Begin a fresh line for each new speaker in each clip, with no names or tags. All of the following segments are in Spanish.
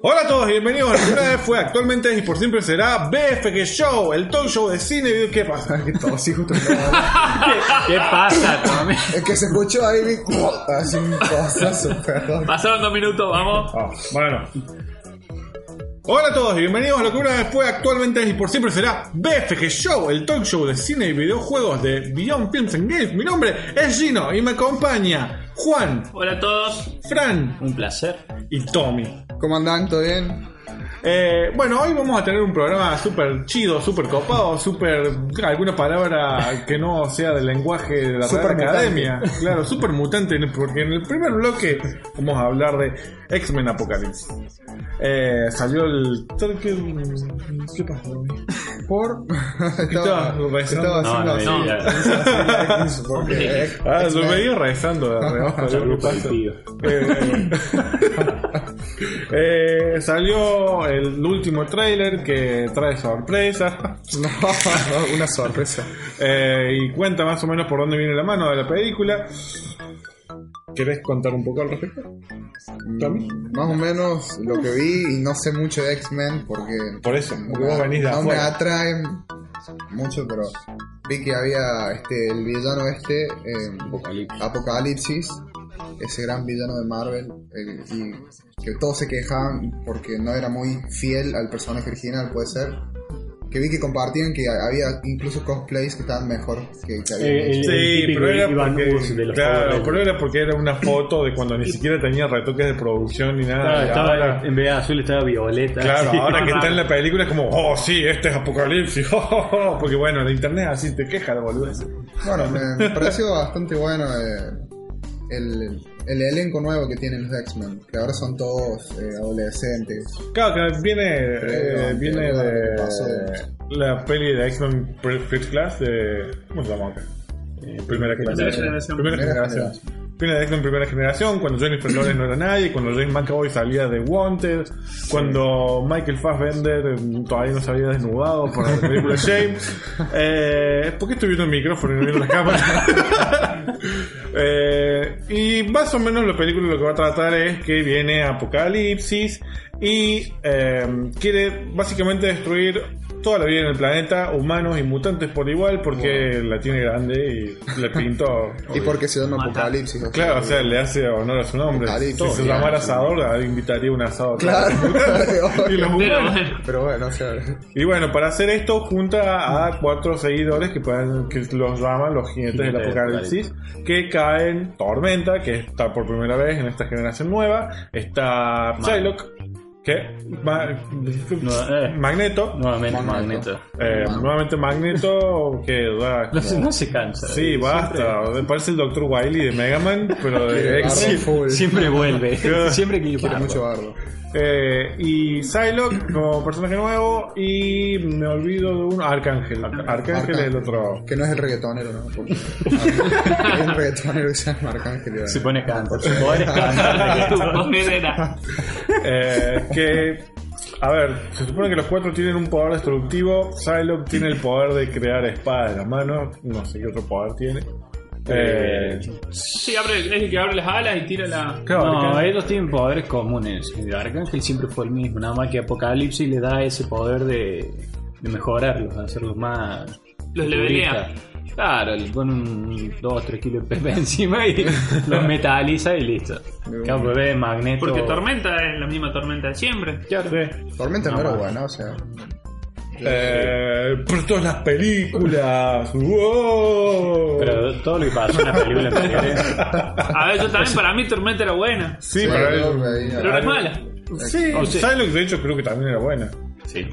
Hola a todos y bienvenidos a lo que una vez fue, actualmente es y por siempre será BFG Show, el talk show de cine y video. ¿Qué pasa?
Que todos sí, justo no.
¿Qué pasa, Tommy?
El que se escuchó ahí, vi- así un pasazo, perdón.
Pasaron dos minutos, vamos.
Ah, bueno. Hola a todos y bienvenidos a lo que una vez fue, actualmente es y por siempre será BFG Show, el talk show de cine y videojuegos de Beyond Films and Games. Mi nombre es Gino y me acompaña Juan,
Hola a todos.
Fran
Un placer.
y Tommy.
¿Cómo andan? ¿Todo bien?
Eh, bueno, hoy vamos a tener un programa súper chido, súper copado, súper. alguna palabra que no sea del lenguaje de la Real
Súper mutante.
academia. Claro, súper mutante, porque en el primer bloque vamos a hablar de X-Men Apocalipsis. Eh, salió el. ¿Qué, qué pasó?
¿Por?
Estaba
Estaba,
rezando.
estaba haciendo
No,
así.
no,
no. así, porque, eh,
Ah, lo veía rezando de reojo, yo qué pasa. Eh, eh, salió el último trailer que trae sorpresas.
no, una sorpresa.
Eh, y cuenta más o menos por dónde viene la mano de la película. ¿Querés contar un poco al respecto? Tommy.
Más o menos lo que vi y no sé mucho de X-Men porque
Por eso, porque vos
no-
venís
Ah,
de
no me
afuera.
atraen mucho, pero vi que había este el villano este, eh, Apocalipsis. ese gran villano de Marvel, eh, y que todos se quejaban porque no era muy fiel al personaje original, puede ser. Que vi que compartían que había incluso cosplays que estaban mejor que, que habían hecho.
Sí,
Eh, típico
pero era,
Iván
porque,
Us de los
claro,
jóvenes.
pero era porque era una foto de cuando ni siquiera tenía retoques de producción ni nada.
Claro,
Y
estaba-
ahora-
en vez de azul estaba violeta.
Claro,
Sí.
ahora que está en la película es como, oh, sí, este es Apocalipsis. oh, Porque bueno, el internet así te queja de boludez.
Bueno, me, me pareció bastante bueno eh, el, el elenco nuevo que tienen los X-Men, que ahora son todos eh, adolescentes.
Claro, que viene, eh,
Creo que
viene
era
de
lo que pasó.
la peli de X-Men Pre- First Class de. ¿Cómo se llama acá? Eh, primera generación. Primera
Primera
generación. Viene de X-Men primera generación, cuando Jennifer Lawrence no era nadie, cuando James McAvoy salía de Wanted, cuando Michael Fassbender eh, todavía no se había desnudado por la película Shame. Eh, ¿Por qué estoy viendo el micrófono y no viendo la cámara? Eh, y más o menos la película lo que va a tratar es que viene Apocalipsis y eh, quiere básicamente destruir toda la vida en el planeta, humanos y mutantes por igual, porque la tiene grande y la pintó.
¿Y por qué se llama Apocalipsis? sea,
Claro, o sea, le hace honor a su nombre.
Apocalipsis,
si se
claro.
llamara asador, ah, invitaría un asado.
Claro.
Y los
Pero
humanos.
bueno,
Pero bueno, o sea,
Y bueno, para hacer esto junta a cuatro seguidores que, pueden, que los llaman los jinetes del
Jinetes del
apocalipsis, que caen Tormenta, que está por primera vez en esta generación nueva, está Psylocke, que Ma-
No, eh.
Magneto,
Nuevamente
Magneto.
Magneto.
eh, nuevamente Magneto, que da
No,
como-
se- no se cansa.
Sí, basta, parece el Dr. Wily de Mega Man, pero de
Barro
X.
full.
Siempre vuelve. Siempre que
Quiero mucho barro.
Eh, y Psylocke como personaje nuevo y me olvido de uno, Arcángel. Arcángel es el otro.
Que no es el reggaetonero, ¿no? Porque hay un reggaetonero que se llama Arcángel. ¿verdad?
pues,
Se pone canto. Si podés cantar,
tu monedera.
Eh, que, a ver, se supone que los cuatro tienen un poder destructivo. Psylocke tiene el poder de crear espadas de la mano. No sé qué otro poder tiene. Eh,
Sí, abre, es el que abre las alas y tira la.
claro,
No,
Arcángel-
ellos tienen poderes comunes. El Arcángel siempre fue el mismo. Nada más que Apocalipsis le da ese poder de, de mejorarlos, de hacerlos más.
Los levelea.
puristas. Claro, le pone un 2-3 kilos de pepe encima y los metaliza y listo. Claro, pues ve Magneto.
Porque tormenta es la misma tormenta de siempre.
Claro.
Tormenta no,
No,
era
mal.
buena, o sea.
Eh, por todas las películas. ¡Wow!
Pero todo lo que pasó en las películas anteriores.
A ver, yo también, para mí Tormenta era buena.
sí,
Sí,
para
yo,
él-
ahí,
Pero no
ahí.
es mala.
Sí,
O sea-
¿sabes lo que de hecho creo que también era buena?
Sí.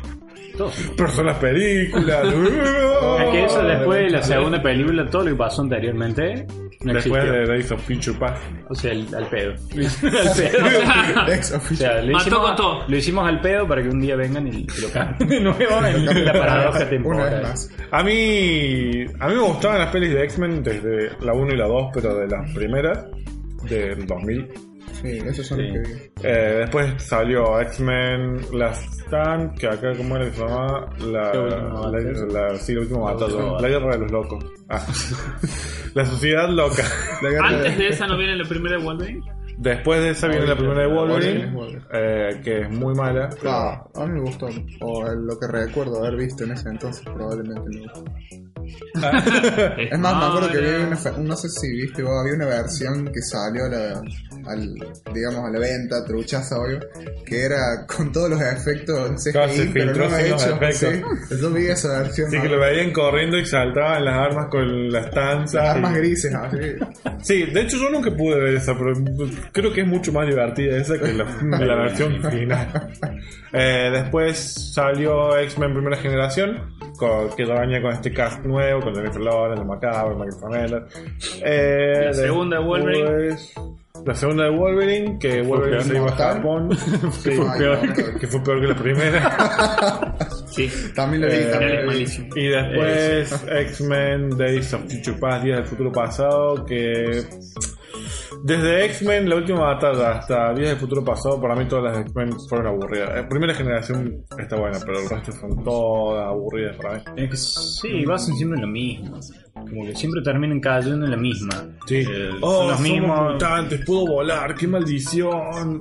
Todo.
Pero son las películas. ¡wow!
Es que eso después de la segunda película, todo lo que pasó anteriormente no
Después
existió.
de Days of Future Past.
O sea, el- al pedo. al pedo.
Ex
O
officio.
sea, lo
Mató
hicimos,
con todo.
lo hicimos al pedo para que un día vengan y lo cambien de nuevo en la paradoja
Una vez
temporal.
más.
A mí, a mí me gustaban las pelis de X-Men desde la 1 y la 2, pero de las primeras, de 2000.
Sí, esos son los que vi.
Eh, después salió X-Men, la Stan, que acá, ¿cómo era que se llamaba? La,
La última
la-
batalla.
la- sí, la última batalla.
última
La guerra de los locos. Ah. la sociedad loca.
La guerra
Antes
de-
de esa no viene la primera de Wolverine.
Después de esa viene la primera de Wolverine,
Wolverine.
eh, que es muy mala. pero-
Ah, a mí me gustó, o lo que recuerdo haber visto en ese entonces probablemente me gustó.
Ah.
Es más, me acuerdo que había una, fe- no sé si viste vos, había una versión que salió a la, al, digamos, a la venta, truchaza, obvio, que era con todos los efectos CGI,
Claro, se
pero
filtró
no me he
sin los
hecho.
efectos.
sí. yo vi esa versión.
Sí,
¿no?
que lo veían corriendo y saltaban las armas con las tanzas.
Las armas
y-
grises, así.
Sí, de hecho yo nunca pude ver esa, pero creo que es mucho más divertida esa que la, que la versión final. Eh, después salió X-Men Primera Generación, con- que ya venía con este cast nuevo, con Jennifer Lawrence, el Macabre, Michael Pamela. Eh,
La segunda de Wolverine.
después- La segunda de Wolverine, que Wolverine se iba a
mortal.
Japón, sí,
Ay, no,
peor
no.
que- que fue peor que la primera.
Sí.
También lo vi.
Eh,
también
final es
lo vi.
malísimo.
Y después X-Men Days of Future Past, Días del Futuro Pasado, que desde X-Men, la última batalla, hasta Días del Futuro Pasado, para mí todas las X-Men fueron aburridas. La primera generación está buena, pero el resto son todas aburridas para mí.
Es que sí, basan siempre en lo mismo. Como que siempre terminan cayendo en la misma. Eh,
oh,
son los
somos
mismos.
mutantes, puedo volar, qué maldición.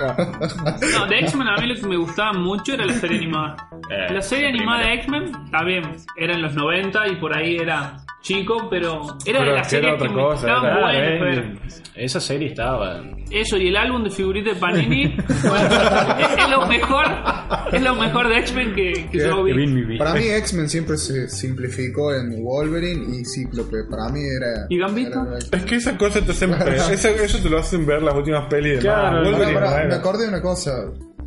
No, de X-Men a mí lo que me gustaba mucho era la serie animada.
Eh,
La serie
la
animada de
primera.
X-Men también era en los 90 y por ahí era chico, pero era
Pero
de
era
las series
otra
que
cosa,
estaban
era-
buenas.
eh,
pero-
esa serie estaba.
Eso y el álbum de figuritas de Panini bueno, es, es lo mejor, es lo mejor de X-Men que, que yo
que vi
vi.
en mi vida.
Para mí X-Men siempre se simplificó en Wolverine y Cíclope. Para mí era...
¿Y Gambito?
era-
Es que esa cosa te hacen ver- esa- eso te lo hacen ver las últimas pelis de
Claro,
Marvel.
Pará,
Wolverine
pará,
no
me
era.
acordé de una cosa.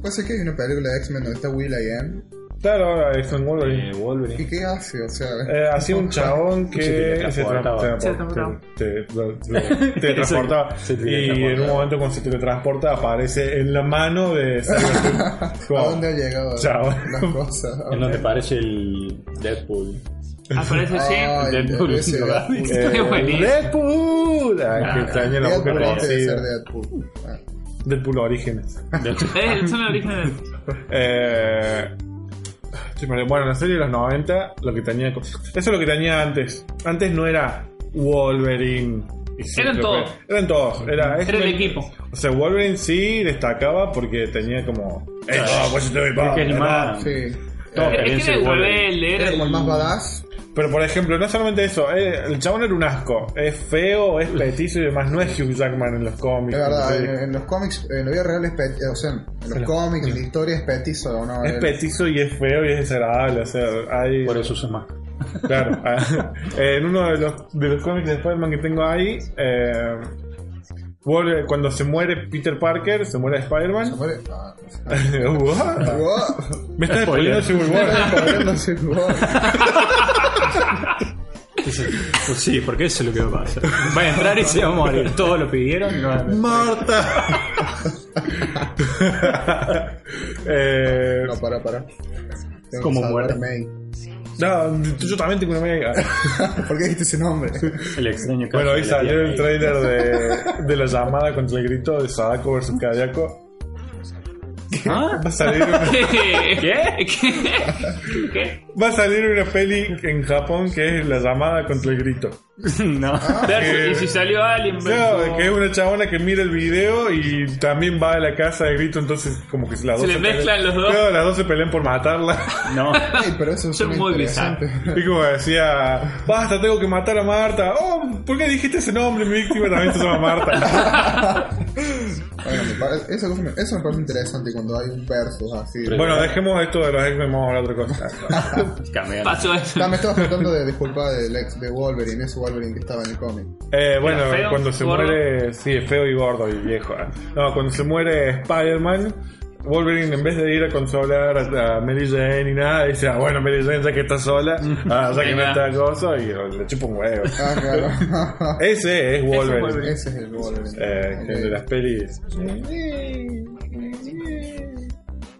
Puede ser que hay una película de X-Men donde está Will.i.am.
Claro, ahora es un Wolverine.
Eh, Wolverine.
¿Y qué hace? O sea...
Eh, hacía un chabón que
Sí, te
se
transportaba.
tra-
Se
tra-
transportaba.
te- te- te- te
Eso,
transportaba.
se
Y
teletransportaba.
en un momento cuando se teletransporta aparece en la mano de Cyberpunk.
¿A
Como,
dónde ha llegado
Chao.
las cosas?
¿En dónde parece el Deadpool?
Aparece
Ay,
siempre.
Deadpool
Ah, este, ese
sin lugar.
Deadpool.
eh,
Qué buenísimo.
Deadpool. Ay, que extraña la boca
Deadpool antes de ser
conocida.
Deadpool. Ah,
Deadpool Orígenes.
Es el son el origen de
Eh, sí, pero bueno, la serie de los 90, lo que tenía. co- Eso es lo que tenía antes. Antes no era Wolverine. y Cíclope.
todos.
Eran todos. Era,
Era el
X-Men.
equipo.
O sea, Wolverine sí destacaba porque tenía como. ¡Eh, no, pues yo te doy
Porque
power,
es
¿verdad?
más.
Sí.
Todo
Era- Es que era el rebelde, era
Era
el-
como el más badass.
Pero por ejemplo, no solamente eso, eh, el chabón era un asco. Es feo, es petizo y demás. No es Hugh Jackman en los cómics.
Es verdad, en,
¿sí?
en los cómics, en la vida real es petizo. O sea, en los cómics, en la historia es petizo. ¿o ¿no? Eh,
Es
El-
petizo y es feo y es desagradable. O sea, hay.
Por eso usa más.
Claro. ah, en uno de los, de los cómics de Spider-Man que tengo ahí, eh, Wolver- cuando se muere Peter Parker, se muere Spider-Man.
Muere- ah, no sé.
What?
Wow.
Me estás spoileando
Spoiler.
Civil War.
Corriendo así, wow.
Pues sí, porque eso es lo que va a pasar. Va a entrar y se va a morir. Todos lo pidieron. No,
¡Marta! eh,
No, para, para. Tengo
Como
que salvar
muere.
a May.
no, yo también tengo una mega.
¿Por qué dijiste ese nombre?
El extraño caso
Bueno, hoy
de la
salió
tía
el
May.
trailer de, de la llamada contra el grito de Sadako versus Kayako.
¿Ah?
Va a salir una,
¿Qué? ¿Qué? ¿Qué?
va a salir una peli en Japón que es la llamada contra el grito.
no.
Versus,
que-
y si salió Alien versus-
Claro, que es una chabona que mira el video y también va a la casa de grito, entonces como que las dos
Se le mezclan
pelean.
los dos.
Claro, las dos se pelean por matarla.
No.
Ey, pero eso es
Son muy
interesante.
Y como decía, basta, tengo que matar a Marta. Oh, ¿por qué dijiste ese nombre? Mi víctima también se llama Marta.
Bueno, me parece- eso, me- eso me parece interesante cuando hay un versus así.
bueno, dejemos esto de los X-Men, vamos a hablar de otra cosa.
Cambiar.
pasó eso.
Ah, me estaba tratando de disculpar del ex de Wolverine, ese Wolverine que estaba en el cómic.
Eh, bueno,
Era feo,
cuando se
gordo.
muere, sí, es feo y gordo y viejo. ¿eh? No, cuando se muere Spider-Man, Wolverine en vez de ir a consolar a, a Mary Jane y nada, dice, ah, bueno, Mary Jane ya que está sola, ah, ya que no
Venga.
está cosa, y le chupa un huevo.
Ah, claro.
Ese es Wolverine.
Wolverine.
Ese es el Wolverine.
Eh, que de las pelis.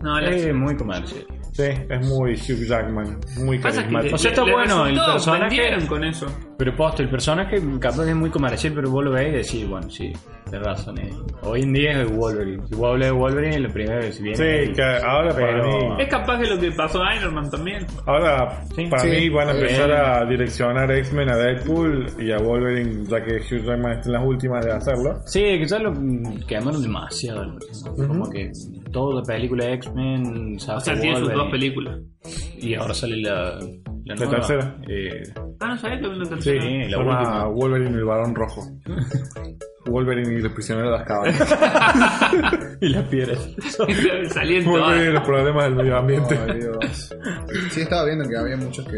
No, la-
Es muy comercial.
Sí, es muy Hugh Jackman, muy
pasa que
carismático.
O sea, está
le
bueno el
resultó,
personaje.
vendieron con eso.
Pero posto, el personaje capaz es muy comercial, pero vos lo ves y decís, bueno, sí, tenés razón. eh. Hoy en día es Wolverine. Si vos hablas de Wolverine, lo primero que se viene.
Sí, que ahora para
Pero-
mí.
Es capaz de lo que pasó a Iron Man también.
Ahora,
Sí.
para
Sí.
mí van a
Bien.
empezar a direccionar a X-Men a Deadpool y a Wolverine, ya que Hugh Jackman está en las últimas de hacerlo.
Sí, que ya lo mm, quemaron demasiado. ¿no? Como que toda película de X-Men.
O sea, tiene sus dos películas.
Y ahora sale la, la, nueva.
tercera.
Eh,
Ah, no sabía que había una
sí,
tercera.
la
Se llama
última.
Wolverine y el varón rojo. Wolverine y el prisionero de las cabañas.
Y las piedras.
Salía en todas.
Wolverine y los problemas del medio ambiente.
Ay, Dios. Sí, estaba viendo que había muchos que.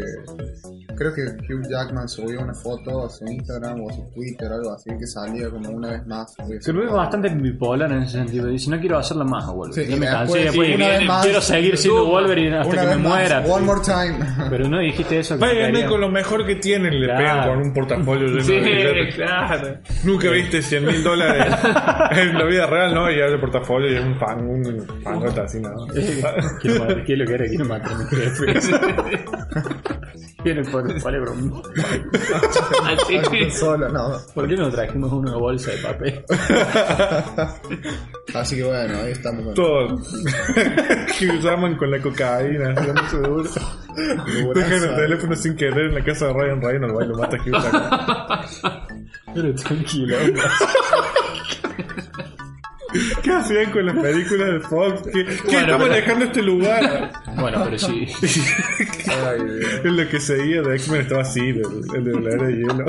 Creo que Hugh Jackman subió una foto a su Instagram o a su Twitter, algo así, que salía como una vez más.
Se vuelve bastante bipolar en ese sentido. Dice, no quiero hacerla más a Wolverine.
Sí,
Ya
y
me cansé.
después,
después
sí, una
dije,
vez más.
quiero seguir siendo
Una
Wolverine hasta
Una
que me
vez más,
muera.
One more time.
Pero no dijiste eso. que
Váyanme
quería-
con lo mejor que tienen, le
Claro.
pegan con un portafolio lleno de
Sí,
billetes.
claro.
Nunca viste 100 mil dólares en la vida real, ¿no? Y abre el portafolio y es un pan, un pangota así, ¿no?
quiero, matar, quiero que era, quiero matar a mi jefe. Quiero por, vale, bro.
Así que.
Solo, no.
¿Por qué no trajimos una bolsa de papel?
Así que bueno, ahí estamos. con-
Todo. Hugh Jackman con la cocaína, dándose duro. Dejan el teléfono sin querer en la casa de Ryan Reynolds, va y lo mata Hugh Jackman.
Pero tranquilo.
¿Qué hacían con las películas de Fox? ¿Qué, qué
Bueno,
estamos
pero-
dejando este lugar?
Bueno, pero sí.
Ay, Dios.
En lo que seguía de X-Men estaba así, el, el de la era de hielo.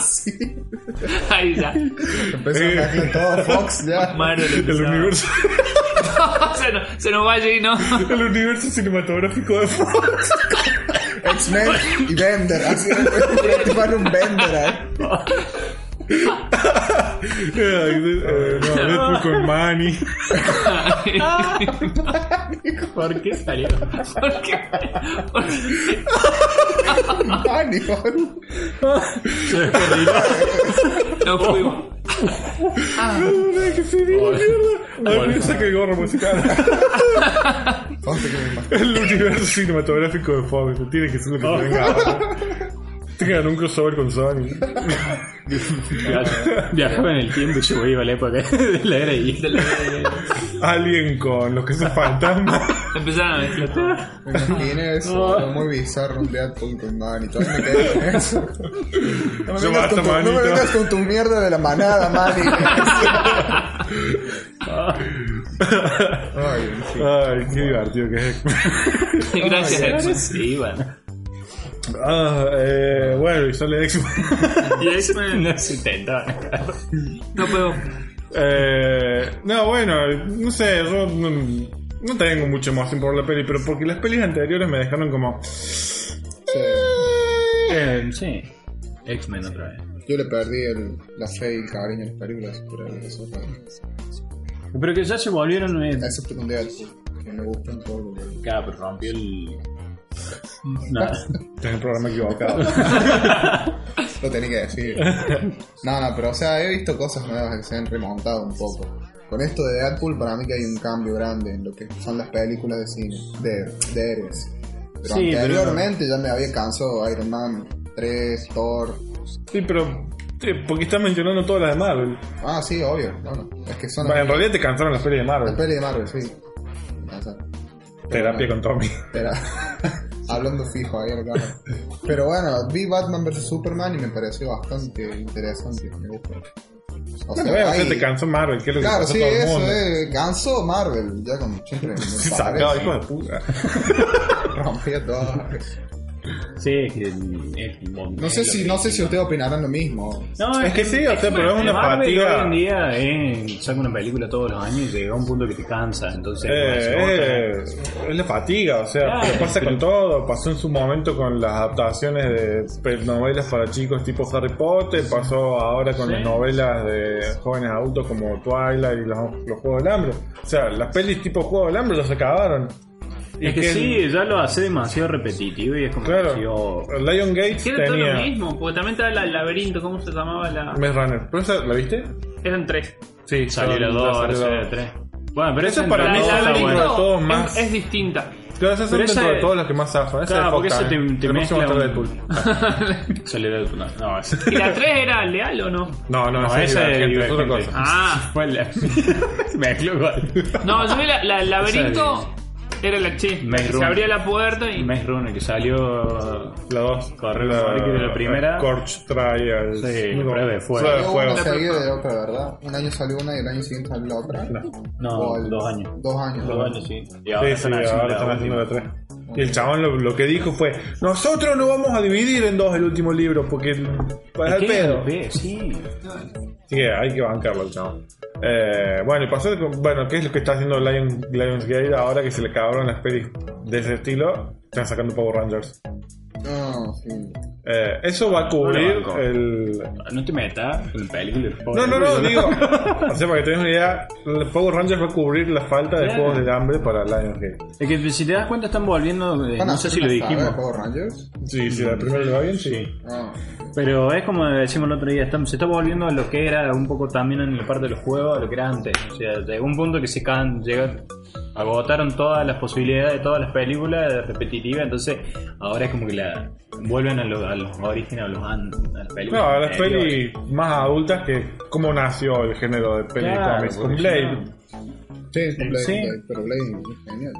Sí.
Ahí ya.
Empezó a caer Pues, todo Fox ya.
Mano, lo
El
pisaba.
universo,
se, nos, se nos va Gino.
el universo cinematográfico de Fox.
X-Men y Bender. Así que activar un Bender ¿eh? ahí.
Ay, eh, no, Deadpool con Manny.
¿Por qué salió?
¿Por qué? ¿Por qué?
Manny, boludo.
No fuimos.
Ay, que se viene, mierda. Ay,
Bueno.
me saca el gorro musical.
Fox, que me imagino.
El universo cinematográfico de Fox. Tiene que ser lo que
Oh.
te venga ahora. Tengan un crossover con Sony.
Viajaba en el tiempo y yo iba a la época de la era
De
y
la- de la-
Alguien con los que son fantasmas.
Empezaron a mezclar todo.
Me imaginé eso, boludo, muy bizarro un pues, Deadpool con Manny. Todavía me quedé con eso. No me,
Se
vengas
mata
con tu, no me
Manito.
vengas con tu mierda de la manada, Manny. Ay, sí.
Ay, qué divertido que es.
Gracias, X.
se iban.
Ah, eh, bueno, y sale X-Men.
Y eso no se intentaba.
No puedo.
Eh, no, bueno, no sé, yo no, no tengo mucha emoción por la peli, pero porque las pelis anteriores me dejaron como...
Eh, sí. X-Men otra vez.
Yo le perdí el, la fe y el cariño a las películas, pero eso fue-
Pero que ya se volvieron. eh,
excepto con Deadpool, que me gustó un poco. boludo.
Acá, pero rompió el. Nada.
Estás en el programa equivocado.
Lo tenía que decir. No, no, pero o sea, he visto cosas nuevas que se han remontado un poco. Con esto de Deadpool, para mí que hay un cambio grande en lo que son las películas de cine, de, de héroes. Pero
Sí, pero-
anteriormente ya me había cansado Iron Man 3, Thor.
Sí, pero... sí, Porque estás mencionando todas las de Marvel.
Ah, sí, obvio. Bueno, es que son
Bueno, en realidad te cansaron las pelis de
las
Marvel.
pelis de Marvel, sí. Me cansaron.
Terapia con Tommy.
Espera. Hablando fijo ahí al cara. Pero bueno, vi Batman vs Superman y me pareció bastante interesante. Me gustó. O
Bueno,
sea,
veo,
hay-
se te cansó Marvel, que es lo que
Claro,
pasó
sí,
todo el
eso,
mundo.
eh. Ganso Marvel, ya como siempre.
Sí,
me
sacado,
parece.
hijo de puta.
Rompía todo.
Sí, es que. es-
No sé si, no sé si ustedes opinarán lo mismo.
No,
Es que sí, o sea, pero es una
Marvel
fatiga.
Hoy en día eh, saca una película todos los años y llega a un punto que te cansa. Entonces, bueno, hace otra.
Eh, eh, es la fatiga, o sea,
Claro,
pero pasa
pero-
con todo. Pasó en su momento con las adaptaciones de novelas para chicos tipo Harry Potter, pasó ahora con
Sí.
las novelas de jóvenes adultos como Twilight y los, los Juegos del Hambre. O sea, las pelis tipo Juego del Hambre ya se acabaron. Y
es que, sí, ya lo hace demasiado repetitivo y es como.
claro,
que yo-
Lion Gates
Si era todo lo
tenía
mismo, porque también estaba el laberinto, ¿cómo se llamaba la...?
Maze Runner. ¿Pero esa la viste?
Eran tres.
Sí,
Salió la 2, ahora salió la 3. Bueno,
Eso
pero eso
es para
La
mí
del
está
laberinto
bueno. de todos
es-
más.
es distinta.
Claro, esa es
Pero
dentro
esa-
de todos los que más zafan. Esa
Claro,
es
porque
Fox,
eso te-
¿eh?
te
El próximo
mezcla
va a estar
un-
Deadpool.
Salió la Deadpool. No, esa.
¿Y la 3 era leal o no?
No, no,
No,
esa es
esa es
Divergente, es otra
Divergente.
cosa.
Ah,
Fue la. Me mezcló con.
no, yo vi la, la- el laberinto, era la che.
Maze
Se
Runner.
abría la puerta y...
Maze Runner que salió.
La 2.
Corre la Mark de la primera.
Corch Trials.
Sí,
Digo,
prueba de fuego.
prueba de
Salió
fuego.
una seguida de otra, ¿verdad? Un año salió una y el año siguiente salió la otra.
No,
O el-
dos años.
Dos años.
Dos años, sí. Y
Sí, sí,
están haciendo
ahora
la
están haciendo
última.
la 3. Y el chabón lo, lo que dijo fue: Nosotros no vamos a dividir en dos el último libro porque. Para el
¿Qué?
pedo.
Pe- Sí.
Así que hay que bancarlo al chabón. Eh, bueno, y pasó. con- Bueno, ¿qué es lo que está haciendo Lion, Lionsgate ahora que se le acabaron las pelis de ese estilo? Están sacando Power Rangers.
No, sí.
Eh, eso va a cubrir
banco.
el,
No te metas con el película.
No,
pobre.
no, no, digo. O sea, para que tengas una idea, el Power Rangers va a cubrir la falta de
Claro.
juegos del hambre para Lionsgate.
Es que si te das cuenta están volviendo, eh,
¿Van a
no sé
hacer
si lo
una saga de
dijimos,
Power Rangers? Ah.
Sí, si la primera le va bien, sí.
No.
pero es como decimos el otro día, estamos- se está volviendo a lo que era un poco también en la parte de los juegos, a lo que era antes. O sea, llegó un punto que se can, llega- agotaron todas las posibilidades de todas las películas de repetitivas, entonces ahora es como que la vuelven a, lo- a los orígenes, a los an- a las películas.
No, a las
anteriores.
pelis más adultas que cómo nació el género de peli de
Claro,
cómics con
porque
Blade.
si no-
Sí, con Blade,
Sí.
Blade, pero Blade es genial.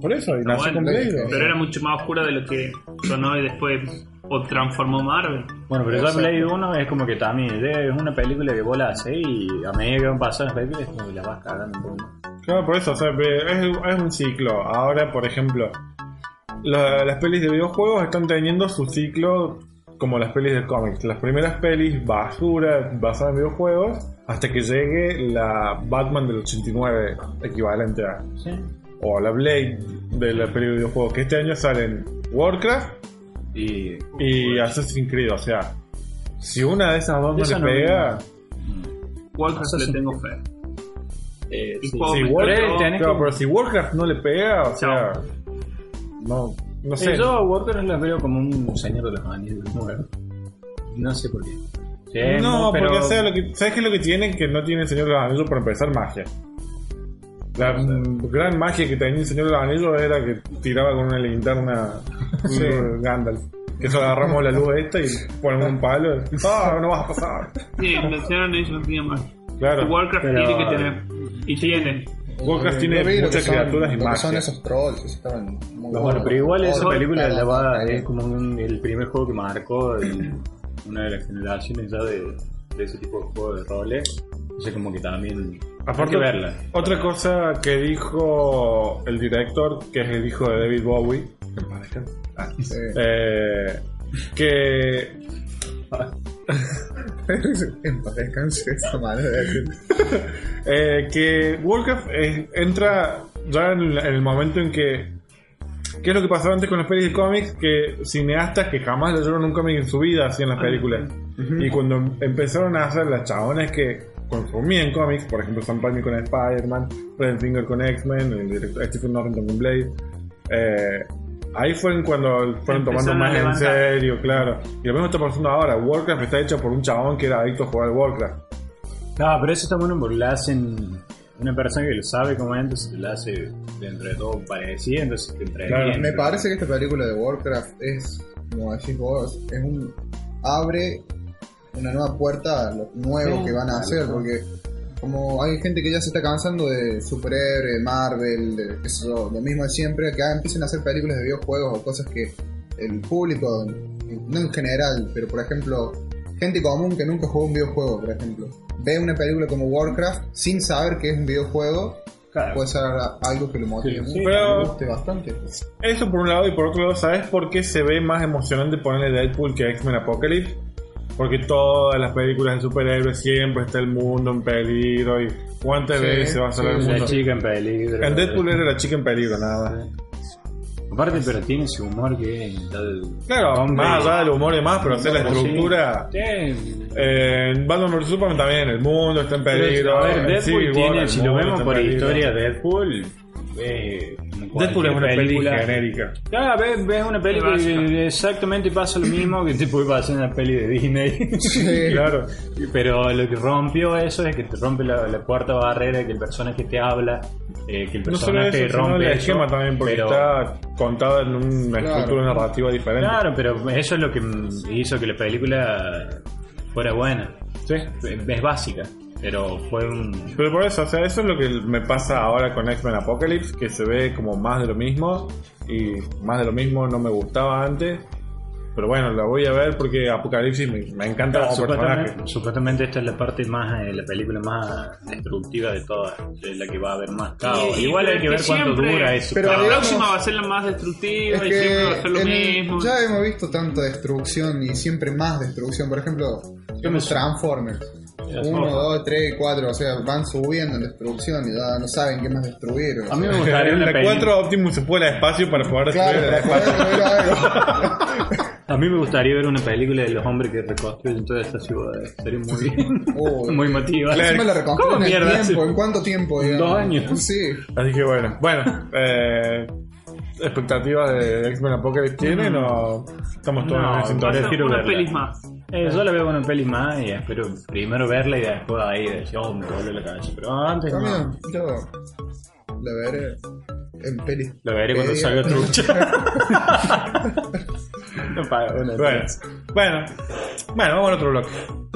Por eso, y nació
bueno,
con
Blade,
Blade.
Pero era mucho más oscura de lo que sonó y después o transformó Marvel.
Bueno, pero ya Blade 1 es como que también eh, es una película que vos la haces y a medida que van pasando las películas es como que la vas cagando un poco más.
Claro, por eso, o sea, es, es un ciclo. Ahora, por ejemplo, la- las pelis de videojuegos están teniendo su ciclo como las pelis de cómics. Las primeras pelis, basura, basadas en videojuegos, hasta que llegue la Batman del 89, equivalente a. O la Blade de la peli de videojuegos, que este año salen Warcraft
Y
y Assassin's Creed. O sea, si una de esas dos no
Esa
le
no vi
pega.
nada.
Warcraft le tengo fe.
eh,
Y
sí.
juego
Si
me
Warcraft,
creo.
tenés
claro,
que-
pero si Warcraft no le pega, o sea.
Chao.
No, no
Sí,
sé.
Eh, yo a Warcraft las veo como un señor de los anillos nuevo. No sé por qué. Sí,
No,
Eh, pero-
porque o sea, lo que, ¿sabes qué es lo que tienen? Que no tiene el Señor de los Anillos para empezar magia. La mm, gran magia que tenía el Señor de los Anillos era que tiraba con una linterna un Gandalf. Que eso agarramos la luz esta y ponemos un palo. ¡Ah, no vas a pasar!
Sí, mencionaron ellos no tiene más.
Claro.
Warcraft
pero-
tiene que tener. Y tiene.
Warcraft
Eh,
tiene
yo vi lo que
muchas
son-
criaturas y
lo que Son
magia.
esos trolls, esos estaban muy
Bueno,
buenos.
pero igual esa
Trolls,
película la va,
eh,
es como un- el primer juego que marcó el- una de las generaciones ya de, de ese tipo de juegos de roles. O sea, como que también hay
Aparte,
que verla.
otra cosa que dijo el director, que es el hijo de David Bowie, que en paz descanse.
sí.
Eh, que
En paz descanse, esa manera de decir.
Eh, que Warcraft eh, entra ya en, el- en el momento en que. ¿Qué es lo que pasaba antes con las pelis de cómics? Que cineastas que jamás leyeron un cómic en su vida hacían
Ah,
las películas. Y cuando em- empezaron a hacer las chabonas que consumían cómics, por ejemplo, Sam Raimi con Spider-Man, Brent Finger con X-Men, el director- Stephen Norton con Blade. eh, ahí fueron cuando fueron tomando
Empezaron a
más en
levantar.
serio, claro. Y lo mismo está pasando ahora. Warcraft está hecho por un chabón que era adicto a jugar al Warcraft.
No, pero eso está bueno porque la hacen una persona que lo sabe como es, entonces la hace dentro de todo parecida, entonces te entretiene.
Claro,
Me parece que esta película de Warcraft es, como decís vos, es un. abre una nueva puerta a lo nuevo que van a hacer, porque como hay gente que ya se está cansando de superhéroes, de Marvel, de ah, eso, lo mismo de siempre, que ahora empiecen a hacer películas de videojuegos o cosas que el público no en general, pero por ejemplo, gente común que nunca jugó un videojuego, por ejemplo, ve una película como Warcraft sin saber que es un videojuego,
Claro.
puede ser algo que lo motive mucho,
pero-
que le guste bastante.
Eso por un lado, y por otro lado, ¿sabes por qué se ve más emocionante ponerle Deadpool que X-Men Apocalypse? Porque todas las películas de superhéroes siempre está el mundo en peligro y cuántas
Sí,
veces se va a salvar
sí,
el
La
mundo.
chica en peligro.
En Deadpool era la chica en peligro, nada más.
Aparte, pero tiene su humor que es.
Claro,
Hombre.
más allá del humor y más, pero hacer la
Sí.
estructura. Eh, Batman vs Superman también, el mundo está en peligro.
a ver,
en
Deadpool
Civil War,
tiene,
el
si lo
mundo
vemos
está en
por
peligro.
historia, Deadpool. eh, como
Deadpool es
cualquier
una película genérica.
Claro, ves, ves una peli
Qué
que exactamente pasa lo mismo que te puede pasar en la peli de Disney.
Sí.
Claro.
Pero lo que rompió eso es que te rompe la, la cuarta barrera, que el personaje te habla, eh, que el
No solo
personaje
eso, sino
rompe
el
eso,
esquema también, porque
pero-
está contado en una estructura narrativa diferente.
Claro, pero eso es lo que mm, hizo que la película fuera buena.
Sí.
Es básica, pero fue un...
Pero por eso, o sea, eso es lo que me pasa ahora con X-Men Apocalypse, que se ve como más de lo mismo, y más de lo mismo no me gustaba antes. Pero bueno, la voy a ver porque Apocalipsis me, me encanta como personaje.
Supuestamente, supuestamente esta es la parte más, eh, la película más destructiva de todas, es la que va a haber más caos.
Sí,
Igual
pero
hay que
es
ver
que
cuánto
siempre-
dura eso.
Pero
la
Claro.
digamos-
próxima va a ser la más destructiva
Es
y siempre va a ser lo
en-
mismo.
ya hemos visto tanto destrucción y siempre más destrucción. Por ejemplo,
me-
Transformers.
Ya,
Uno,
no.
dos, tres, cuatro. O sea, van subiendo en destrucción y ya no saben qué más destruir. o
a mí
sea.
me gustaría
En
una
la
peli-
4 Optimus se fue al espacio para poder
Claro,
destruir el
para poder
espacio.
destruir algo.
a mí me gustaría ver una película de los hombres que reconstruyen toda esta ciudad. Sería muy,
Uy.
muy motivante.
Encima la reconstruyen
¿Cómo
en
mierda hace?
tiempo. ¿En cuánto tiempo?
En
digamos?
dos años.
Sí.
Así que bueno, bueno, eh, ¿expectativas de X-Men Apocalypse tienen o estamos todos
No,
en sintonía?
parece-
Una-
quiero
una
verla.
pelis más.
Eh, yo la veo una peli más y espero primero verla y después ahí decir, oh, me vuelve la cabeza. Pero antes
Yo,
no.
mira, yo la veré en peli. Eh,
La veré cuando
Media.
salga trucha. no pago una
Bueno, bueno, bueno, vamos al otro bloque.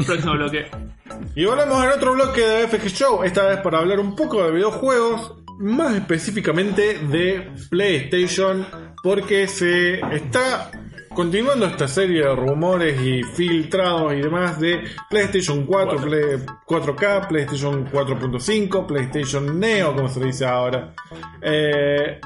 Próximo bloque.
Y volvemos al otro bloque de FG Show, esta vez para hablar un poco de videojuegos, más específicamente de PlayStation, porque se está continuando esta serie de rumores y filtrados y demás de PlayStation 4, Play- 4K, PlayStation 4.5, PlayStation Neo, como se le dice ahora. Eh,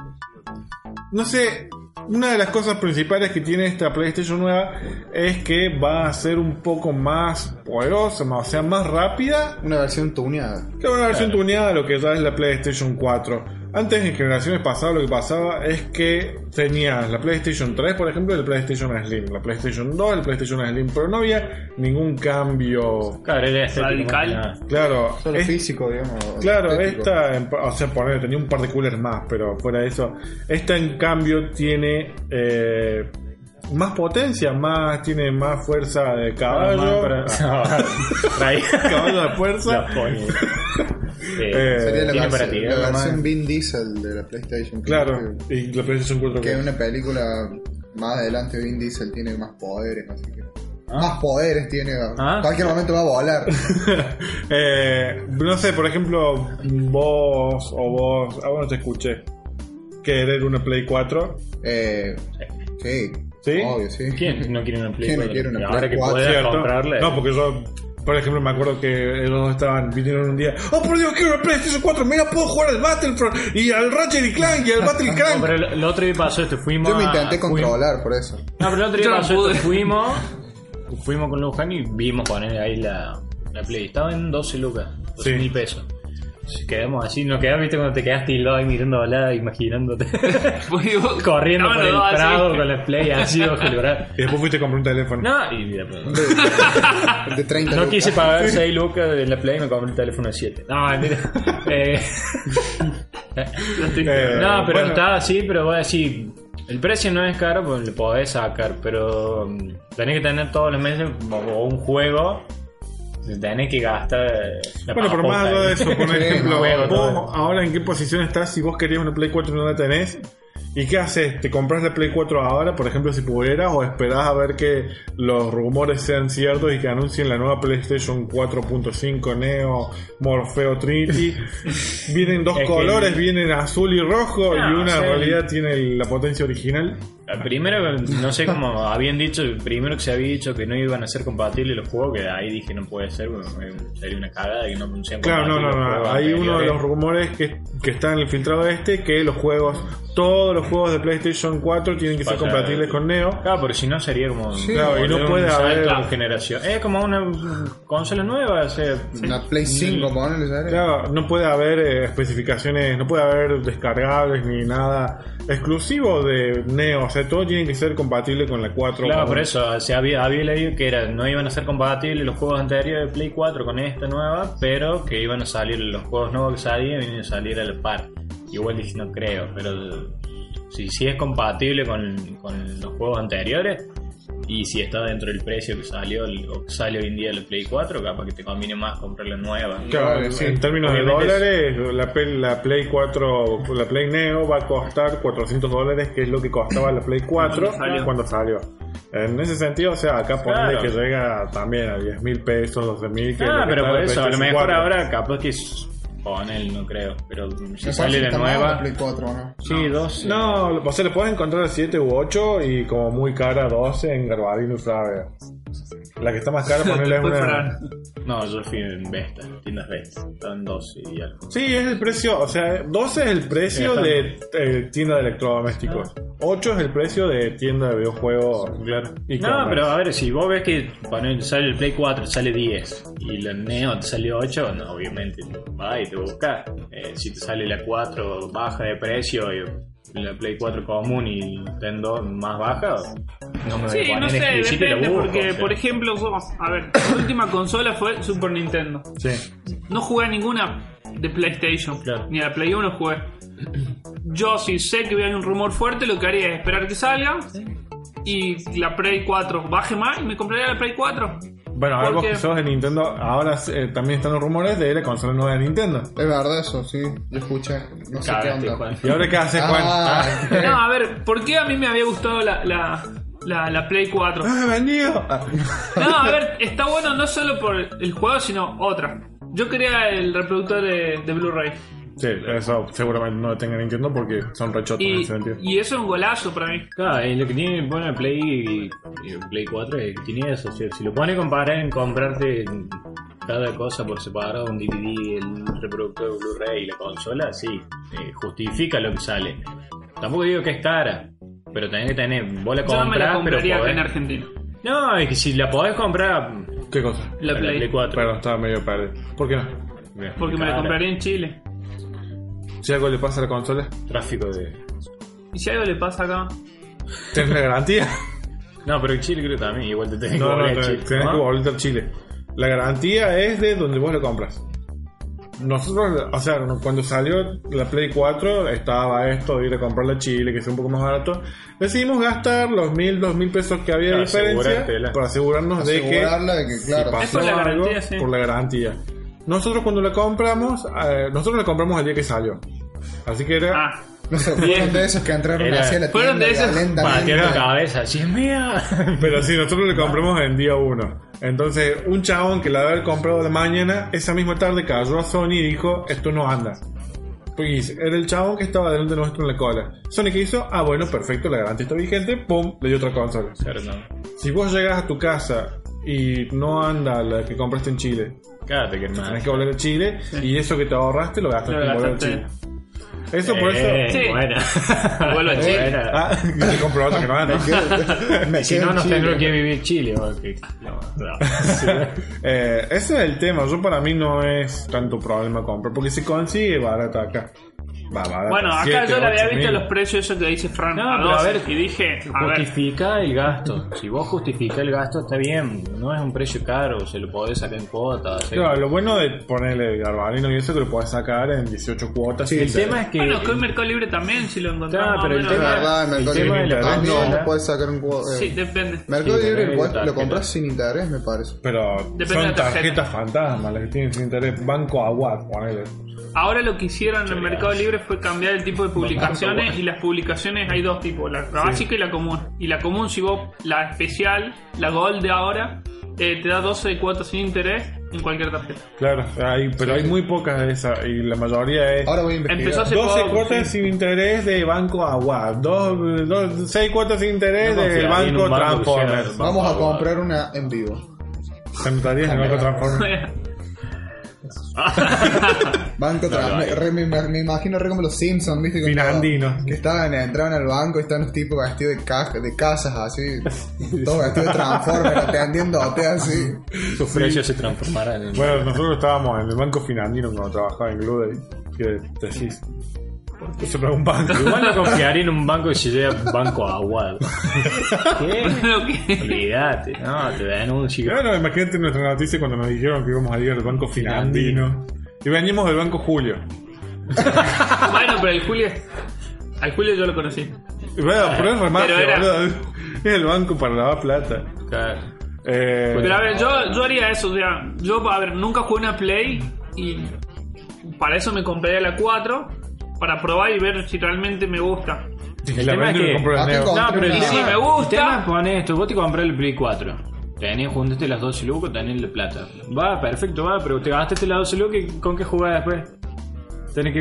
no sé, una de las cosas principales que tiene esta PlayStation nueva es que va a ser un poco más poderosa, más- o sea, más rápida
Una versión tuneada.
que una versión tuneada de lo que ya es la PlayStation 4. Antes en generaciones pasadas lo que pasaba es que tenías la PlayStation 3, por ejemplo, y la PlayStation Slim, la PlayStation 2, la PlayStation Slim, pero no había ningún cambio.
Claro, era estético,
Radical.
más que nada.
Claro,
Solo
es-
físico, digamos.
Claro,
estético.
esta, en- o sea, poner, tenía un par de coolers más, pero fuera de eso, esta en cambio tiene eh, más potencia, más tiene más fuerza de caballo,
Trae-
caballo de fuerza.
Los pone. Eh,
Eh,
Sería la
tiene para
versión,
tirar,
la
nomás.
versión Vin Diesel de la PlayStation.
Claro, y la PlayStation 4
Que
que-
es una película más adelante Vin Diesel tiene más poderes, así que. Más poderes tiene.
Ah.
En cualquier momento va a volar.
Eh, no sé, por ejemplo, vos o vos, a vos no te escuché querer una Play 4.
Eh, sí.
¿Sí?
Obvio, sí.
¿Quién no quiere una Play
Eh, ¿Quién no
4?
quiere una
Y
Play
Ahora que
4?
puedas
¿Cierto? No,
comprarla.
pues, porque yo, por ejemplo, me acuerdo que los dos estaban, vinieron un día, oh por Dios, quiero una PlayStation 4, mira, puedo jugar al Battlefront y al Ratchet y Clank y al Battle
No,
Clank.
pero el, el otro día pasó esto, fuimos
Yo me
a-
intenté
fuimos-
controlar por eso.
No, pero el otro
Yo
día
no
pasó esto,
pude.
fuimos, fuimos con Luján y vimos poner ahí la, la Play. Estaba en 12 lucas, 12
Sí.
mil pesos. Entonces Quedamos así, nos quedamos, viste, cuando te quedaste tildado ahí mirando a la imaginándote. Corriendo por el prado con la Play así bajo el brazo.
Y después fuiste a comprar un teléfono.
No, y
De 30
Ah, No
lucas.
quise pagar 6 lucas de la Play y me compré el teléfono de 7. No, mentira. Eh,
Eh,
no, pero
bueno.
está así, pero voy a decir. El precio no es caro, pues le podés sacar, pero mm, tenés que tener todos los meses o un juego. Tenés que gastar. eh, la
Bueno, pero
papota
más allá de
ahí.
eso, por
Sí,
ejemplo,
no,
bueno,
vos
no.
ahora en qué posición estás si vos querías una Play 4 y no la tenés. ¿Y qué haces? ¿Te compras la Play 4 ahora, por ejemplo, si pudieras? ¿O esperás a ver que los rumores sean ciertos y que anuncien la nueva PlayStation 4.5 Neo Morfeo Trinity? vienen dos
Es que-
colores, vienen azul y rojo,
Ah,
y una
o sea,
en realidad tiene la potencia original.
Ah, Primero, no sé cómo habían dicho, primero que se había dicho que no iban a ser compatibles los juegos, que ahí dije no puede ser, bueno, eh, sería una cagada que no sean
Claro, no,
compatibles
no,
los
no.
juegos
Hay uno de
anteriores.
los rumores que, que está en el filtrado este, que los juegos, todos los juegos de PlayStation 4 tienen que ser
O sea,
compatibles con Neo.
Claro, porque si no sería como.
Claro, y no
volver
puede
un
haber-
salto de generación. Es como una mm, consola nueva, o sea.
Una Play 5, ponele, ¿sabes?
Claro, no puede haber eh, especificaciones, no puede haber descargables ni nada exclusivo de Neo. O sea, todo tiene que ser compatible con la 4.
Claro,
con-
por eso, o sea, había, había leído que era, no iban a ser compatibles los juegos anteriores de Play 4 con esta nueva, pero que iban a salir los juegos nuevos que salían iban a salir a la par. Igual dije, no creo, pero si, si es compatible con, con los juegos anteriores y si está dentro del precio que salió el- o que sale hoy en día el Play 4, capaz que te conviene más comprar la nueva.
Claro,
Claro,
en términos de
obviamente
dólares, la, Play- la Play 4, la Play Neo va a costar 400 dólares, que es lo que costaba la Play 4
Cuando salió.
cuando salió. En ese sentido, o sea, acá ponle
Claro.
que llega también a 10 mil pesos, 12 mil.
Ah, pero por eso, a lo mejor ahora capaz que es- con él, no creo, pero si
Me
sale
parece que
la
está mal
nueva...
la Play 4, ¿no?
Sí, dos.
No, o sea, le puedes encontrar a 7 u 8 y como muy cara 12 en Garbadino y Flavia. La que está más cara ponerle es
Después
una...
para-
No, yo fui en Vesta, tiendas Vesta. Están 12 y algo.
Sí, es el precio, o sea, 12 es el precio
Sí,
de eh, tienda de electrodomésticos. 8 es el precio de tienda de videojuegos.
Claro.
Y
no,
cámaras.
pero a ver, si vos ves que bueno, sale el Play 4, sale 10 y la Neo te sale 8, no, obviamente va y te busca. Eh, si te sale la 4 baja de precio y la Play 4 común y Nintendo más baja, no me
Sí,
voy a
no
poner
sé,
exquisito y la
depende,
busco,
porque
o sea.
por ejemplo, vos- a ver, la última consola fue Super Nintendo.
Sí.
No jugué a ninguna de PlayStation,
Claro.
ni a la Play 1 jugué. Yo si sé que hay un rumor fuerte, lo que haría es esperar que salga y la Play 4 baje más y me compraría la Play 4.
Bueno, algo
Porque-
que sos de Nintendo, ahora eh, también están los rumores de la consola nueva de Nintendo.
Es verdad eso, sí. Yo escuché. No sé qué
Cagaste,
onda.
Juan.
¿Y ahora qué haces, Juan?
Ah,
Ah,
No, a ver, ¿por qué a mí me había gustado la, la, la, la Play 4?
¡Ah, vendido! Ah.
No, a ver, está bueno no solo por el juego, sino otra. Yo quería el reproductor de, de Blu-ray.
Sí, eso seguramente no lo tenga Nintendo porque son rechotos en
Y,
ese sentido.
y eso es un golazo para mí.
Claro, eh, lo que tiene bueno, el Play, y el Play 4 es que tiene eso. o sea, si lo pone a comparar en comprarte cada cosa por separado, un DVD, el reproductor de Blu-ray y la consola, sí, eh, justifica lo que sale. Tampoco digo que es cara, pero tenés que tener. Vos la
Yo no me la
comprás, pero.
compraría
eh.
acá
podés-
en Argentina.
No, es que si la podés comprar.
¿Qué cosa?
La
la
Play.
4.
Perdón, estaba medio perdido. ¿Por qué no?
Mira,
Porque me la
cara,
compraría en Chile.
Si algo le pasa a la consola,
Tráfico de.
¿Y si algo le pasa acá?
¿tienes la garantía?
No, pero en Chile creo también, igual te tenés que
No, no,
comprar
no,
en Chile,
tenés que
¿no?
volverte a Chile. La garantía es de donde vos lo compras. Nosotros, o sea, no- cuando salió la Play 4, estaba esto de ir a comprarla a Chile, que sea un poco más barato. Decidimos gastar los mil, dos mil pesos que había de
Para
diferencia
asegurártela.
para asegurarnos de que
asegurarla de que,
si
claro.
pasó
Es por la
algo,
garantía, sí.
por la garantía. Nosotros cuando la compramos, eh, nosotros la compramos el día que salió. Así que era...
Ah,
No sé, fueron de esos que entraron
Era-
hacia la
fueron
tienda
de esos
Patear la
lentamente.
cabeza, así es mía.
Pero sí, nosotros la compramos en día uno. Entonces, un chabón que la había comprado de mañana, esa misma tarde cayó a Sony y dijo, esto no anda. Pues era el chabón que estaba delante nuestro en la cola. Sony que hizo, ah bueno, perfecto, la garantía está vigente, pum, le dio otra consola.
Claro, no.
Si vos llegas a tu casa y no anda la que compraste en Chile,
Cállate que
tenés
más.
que volver a Chile y eso que te ahorraste lo gastaste
Lo
en volver a
gastaste. Eh.
Chile. Eso por eso...
Sí.
Eh, Bueno. Eh,
Vuelvo a Chile.
Bueno.
Ah, te compró otra que no anda.
Me
Y si
quedo
no,
en
nos
Chile.
tendremos que vivir Chile. porque- No, no.
Eh, ese es el tema. Yo para mí no es tanto problema comprar, porque se consigue barata acá. Va, barata,
bueno, acá
siete,
yo le había
ocho
visto
mil.
los precios esos que dice Fran.
No,
a
pero a
12,
ver,
y dije, a ver,
Justifica el gasto. Si vos justificás el gasto, está bien. No es un precio caro, se lo podés sacar en cuotas. ¿sí?
Claro, lo bueno de ponerle garbarino y eso que lo puedes sacar en 18 cuotas.
el
sin
tema es que.
bueno, que en Mercado Libre también, si lo encontramos.
Claro, pero el
bueno,
Es
tema-
verdad, en Mercado
el tema de
Libre.
la
Ah, no,
consola-
no puedes sacar un cuadro.
Sí, depende.
Mercado
Sí,
Libre
depende de la
igual lo
tarjeta.
compras sin interés, me parece.
Pero
Depende de
son
la tarjeta.
tarjetas fantasmas las que tienen sin interés. Banco Aguad, ponele.
Ahora lo que hicieron en Mercado Libre fue cambiar el tipo de publicaciones y las publicaciones hay dos tipos, la, la básica y la común. Y la común si vos, la especial, la gold de ahora, eh, te da 12 de cuotas sin interés en cualquier tarjeta.
Claro, hay- pero hay muy pocas de esas y la mayoría es
Ahora voy a investigar.
Empezó hace
12
poco,
cuotas
sí.
sin interés de Banco Agua, 6 cuotas sin interés
No
del
confía en
Banco
un banco que
Transformers.
sea-
Vamos a comprar una en vivo.
¿Te anotarías en el Banco Transformers?
Banco Transformers. Re- me, me- me imagino re como los Simpsons, ¿viste? Con
Finlandino.
Que estaban, entraban al banco y estaban los tipos vestidos de, caja, de casas así. todos vestidos de Transformers, atendiéndote así.
Sus precios se transformarán en.
Bueno, nosotros estábamos en el Banco Finlandino cuando trabajaba en Gludey. Que decís, ¿por qué se paga un banco?
Igual no confiaría en un banco que se lleve Banco Aguado. ¿Qué?
Lo que-
Olvídate, no, te denuncio.
Claro, imagínate nuestra noticia cuando nos dijeron que íbamos a ir al Banco Finlandino. Y venimos del Banco Julio.
bueno, pero el Julio. Al Julio yo lo conocí.
Y Bueno, pero es remate,
Pero era-
boludo. Es el banco para lavar plata.
Claro.
Eh,
Pero a ver, yo, yo haría eso, o sea, yo, a ver, nunca jugué una Play y para eso me compraría la 4 para probar y ver si realmente me gusta.
y
el
la
tema
vende
es
y
que-
compro la
Acá
Neo.
con-
No, pero el
Y si
tema,
me gusta-
el tema es poner esto. Vos te comprás el Play 4. Tenés, juntaste las 12 lucas, tenés la plata. Va, perfecto, va, pero te gastaste las 12 lucas y ¿con qué jugás después? Tenés que.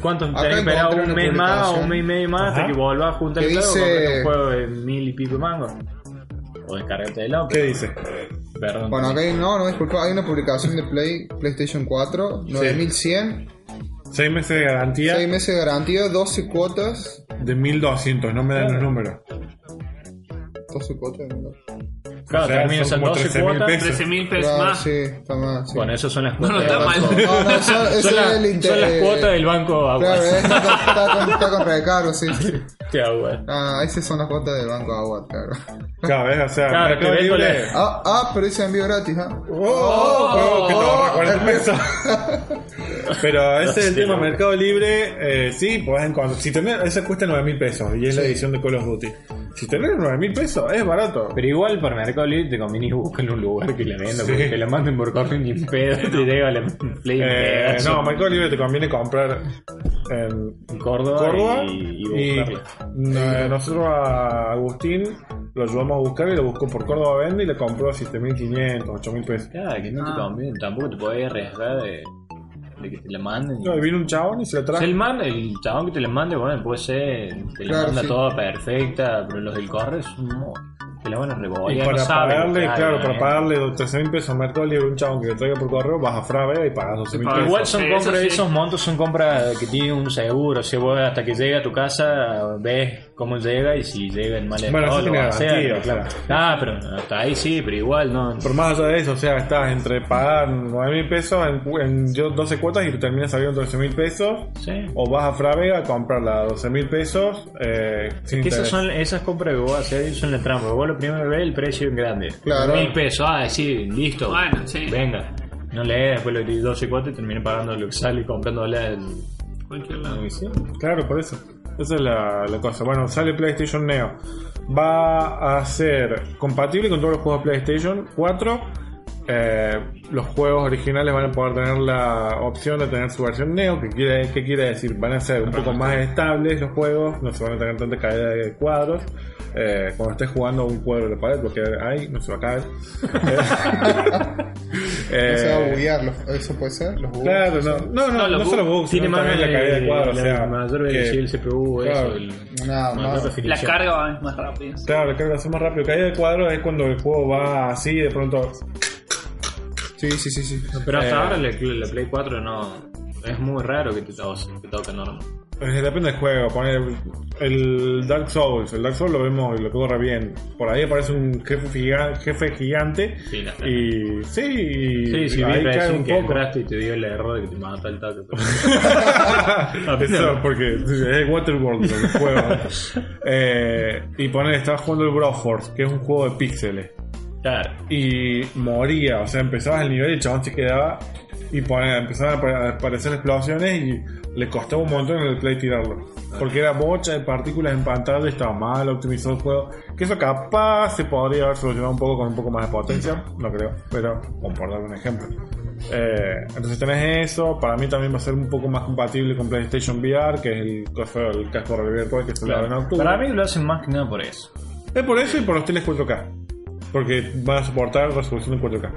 ¿Cuánto?
Acá
tenés que esperar
encontré
un
una
mes más o
publicación.
un mes y medio más hasta
Ajá.
que volvás a juntar
Que
el
dice-
un juego de mil y pico de mango. O descargarte de lado.
¿Qué dice?
Perdón.
Bueno, acá hay, no, no, disculpa, hay una publicación de Play, PlayStation 4, 9100,
Seis meses de garantía
6 meses de garantía, 12 cuotas.
de 1200. No me dan los números.
12 cuotas, ¿no?
claro,
o sea,
terminas
son
esas
como
12
13.000
cuotas.
pesos.
13 mil pesos
Claro,
más.
Ah, sí, está más. sí.
Bueno, eso son las
No, no
cuotas.
está
del
mal.
banco.
No, no, eso, eso
Son, las-
es el
son
interés.
las cuotas del banco Agua.
Claro, eh, está, con, está con- está con recargo, sí. sí.
Qué Este agua.
Ah, esas son las cuotas del Banco Agua, claro.
Cada vez, o sea,
Claro,
Mercado
que
Libre.
vende-
Ah, ah, pero dice envío gratis, ¿ah?
¡Oh! oh, que te ahorra 40 pesos. Pero ese es el tema. Mercado Libre, eh, sí, podés encontrar. Si tenés, esa cuesta 9000 pesos y es la edición de Call of Duty. Si tenés 9000 pesos, es barato.
Pero igual por Mercado Libre te conviene buscar un lugar que la
Sí.
venda, porque te la manden por correo ni en pedo, te llega la Play en
Eh,
pedazo
no, Mercado Libre te conviene comprar en
en Córdoba,
Córdoba
y,
y,
y buscarla.
eh, nosotros a Agustín lo ayudamos a buscar y lo buscó por Córdoba Vende y le compró a 7.500, 8.000 pesos.
Claro, que no te conviene, tampoco te podés arriesgar de, de que te la manden.
No, y vino un chabón y se la
O sea,
trajo.
el man, el chabón que te la mande, bueno, puede ser, te la
Claro,
manda
sí.
toda perfecta, pero los del correo son no, te la van a rebobar.
Y para pagarle, claro,
eh.
para pagarle 13.000 pesos a Mercado Libre un chabón que le traiga por correo, vas a Fravea y pagas 12.000
pagas.
pesos.
Igual son
Eso
compras,
sí.
esos montos son compras que tienen un seguro. O sea, vos hasta que llega a tu casa ves cómo llega y si llega en mal
Bueno, eso
estado, lo
tiene
vas a hacer,
garantía,
claro. Ah, pero hasta ahí sí, pero igual no.
Por más allá de eso, o sea, estás entre pagar 9.000 pesos en, en yo- 12 cuotas y te terminas saliendo 13.000 pesos.
Sí.
O vas a Fravega a comprarla a 12.000 pesos. Eh, sin
Que
interés.
esas, son, esas compras que vos haces son la trampa. Vos lo primero ves el precio en grande.
Claro.
Mil pesos, ah, sí, listo.
Bueno, sí.
Venga. No lees después lo que te 12 cuotas y terminé pagando lo que sale y comprando la
Cualquier lado.
Claro, por eso. Esa es la, la cosa. Bueno, sale PlayStation Neo. Va a ser compatible con todos los juegos de PlayStation 4. Eh, los juegos originales van a poder tener la opción de tener su versión Neo. que quiere, qué quiere decir? Van a ser un poco más estables los juegos. No se van a tener tanta caída de cuadros. Eh, cuando estés jugando un cuadro de la pared, porque ahí no se va a caer. Eh,
No se va
Eh.
a buguear, los- eso puede ser, los bugs.
Claro, no, no, no,
No,
no,
los
solo
bugs.
bugs, sino también la caída de cuadros. o sea,
mayor
que-
velocidad del CPU,
claro.
eso. El,
Nada
mayor
más.
definición.
La carga va más rápida.
Claro, creo que lo hace más rápido. Caída de cuadro es cuando el juego va así y de pronto.
Sí, sí, sí, sí.
Pero hasta
Eh,
ahora la, la Play 4 no. Es muy raro que te, to- que toque normal.
eh, Depende del juego. Poner el Dark Souls. El Dark Souls lo vemos y lo corre bien. Por ahí aparece un jefe, giga- jefe gigante.
Sí, la-
y sí, y
Sí, sí, vi
ahí cae
recién
un
que
poco.
entraste y te dio el error de que te mata el toque. pero- Ah,
Eso, porque es Waterworld el juego. Eh, y poner, estaba jugando el Broforce, que es un juego de píxeles.
claro.
y moría. O sea, empezabas el nivel y el chabón se quedaba y ponía, empezaban a apare- a aparecer explosiones y le costaba un montón en el play tirarlo. Porque era bocha de partículas en pantalla, estaba mal optimizado el juego. Que eso capaz se podría haber solucionado un poco con un poco más de potencia, no creo, pero como por dar un ejemplo. Eh, entonces tenés eso, para mí también va a ser un poco más compatible con PlayStation VR, que es el, coso- el casco de realidad virtual que se lo en octubre.
Para mí lo hacen más que nada por eso.
Es por eso y por los teles 4K. Porque van a soportar resolución en 4K.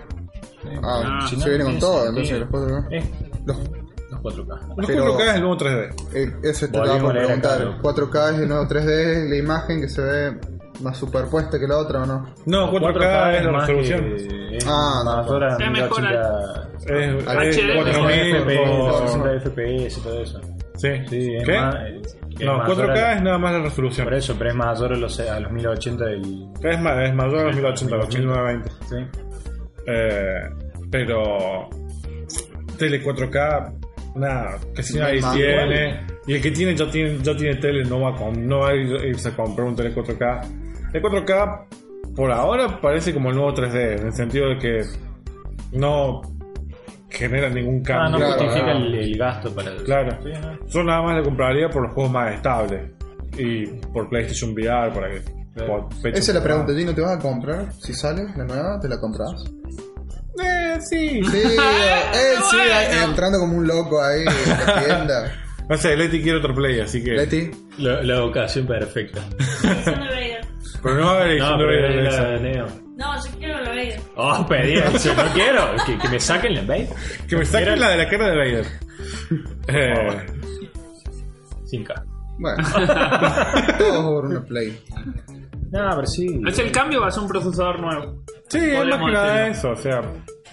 Ah,
Ah,
se
no,
viene con
no
todo,
tiene
entonces los
sentido.
4K.
Eh,
Los,
los 4K.
Los
Pero-
4K es el nuevo 3D.
eh, eso te
Volvimos
acabo
a
de
leer acá,
preguntar.
¿no?
4K es el nuevo 3D, es la imagen que se ve más superpuesta que la otra o no.
No, 4K, es la
más
resolución.
que- es
Ah,
más
no.
horas,
Se mejora.
1080,
Es, es
HD,
4000
FPS,
por-
60 FPS y todo eso.
Sí.
Sí, es
¿Qué?
más. es- es
no,
más
4K
horas-
es nada más la resolución.
Por eso, pero es más horas a los, eh, a los 1080 del.
Es, ma- es mayor a los 1080, los 1920.
Sí.
Eh, pero tele 4K, nada, que si nadie
Más
tiene. Y el que tiene ya tiene, ya tiene tele, no va, a com- no va a ir- irse a comprar un tele 4K. El 4K por ahora parece como el nuevo 3D, en el sentido de que no genera ningún
Ah,
cambio.
no
Claro,
justifica
para-
El, el gasto para.
Claro.
Sí, ¿no?
Yo nada más le compraría por los juegos más estables. Y por PlayStation VR, para que.
Claro.
por fecha
Esa es la
probada.
pregunta, ¿no te vas a comprar? Si sale la nueva, ¿te la compras?
Eh, sí.
Sí, eh, sí,
Bueno.
eh, entrando como un loco ahí en la tienda.
No sé, Leti quiere otro play, así que.
Leti,
La, la ocasión perfecta.
Alexander Raider.
Pero no va a haber
No,
edición de
pero
Raider
es
de
la
esa.
de Neo.
No, yo quiero la Raider.
Oh, pedí eso, no quiero. Que, que me saquen la bait.
Que me saquen la de la cara de Raider.
Oh,
Eh,
Sin K.
bueno, todos por una play.
No, pero sí.
Es el cambio, va a ser un procesador nuevo.
sí, es más
Volvemos
que
al
nada
tema.
eso, o sea.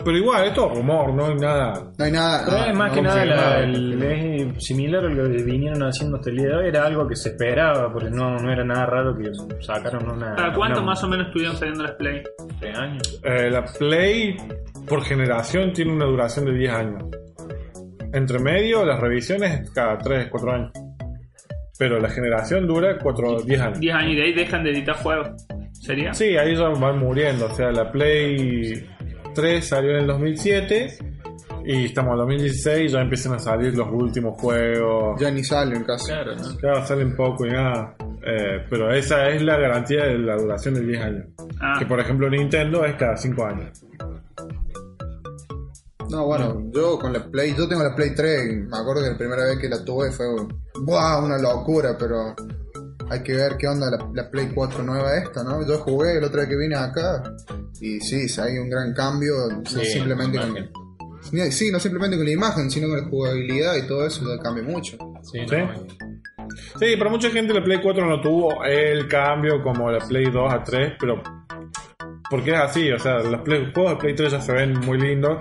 Pero igual, es todo rumor, no hay nada.
No hay nada.
Pero
nada,
es más
no
que nada,
confirmado.
la- el- es similar a lo que vinieron haciendo hasta el día de hoy. Era algo que se esperaba, porque no, no era nada raro que sacaron una.
¿Para cuánto
una-
más o menos estuvieron saliendo las Play?
tres años?
Eh, la Play, por generación, tiene una duración de 10 años. Entre medio, las revisiones cada 3, 4 años. Pero la generación dura 4, 10 años.
10 años y de ahí dejan de editar juegos. ¿Sería?
Sí, ahí ya van muriendo. O sea, la Play 3 salió en el 2007 y estamos en 2016 ya empiezan a salir los últimos juegos.
Ya ni salen casi.
Claro, ¿no?
Claro, salen poco y nada. Eh, pero esa es la garantía de la duración de 10 años.
Ah.
Que por ejemplo Nintendo es cada 5 años.
No, bueno, yo con la Play, yo tengo la Play 3, y me acuerdo que la primera vez que la tuve fue ¡buah! una locura, pero hay que ver qué onda la, la Play 4 nueva esta, ¿no? Yo jugué el otro día que vine acá y sí, sí, hay un gran cambio, no simplemente con,
imagen.
Ni- sí, no simplemente con la imagen, sino con la jugabilidad y todo eso ya cambia mucho.
Sí,
¿Sí?
no,
Sí, para mucha gente la Play 4 no tuvo el cambio como la Play 2 a 3, pero. Porque es así, o sea, los play- juegos de Play 3 ya se ven muy lindos,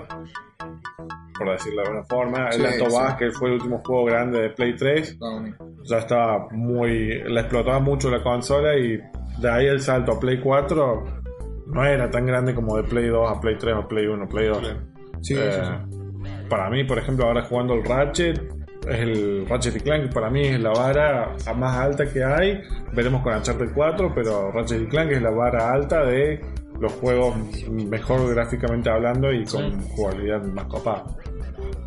por decirlo de alguna forma.
Sí,
el Last of
sí.
Us, que fue el último juego grande de Play 3,
No, ni-
ya estaba muy. la explotaba mucho la consola y de ahí el salto a Play 4 no era tan grande como de Play 2 a Play 3 o Play 1 Play 2.
Sí,
Eh,
sí, sí.
Para mí, por ejemplo, ahora jugando el Ratchet, es el Ratchet y Clank para mí es la vara a más alta que hay. Veremos con Uncharted 4, pero Ratchet y Clank es la vara alta de los juegos mejor gráficamente hablando y con jugabilidad más copada.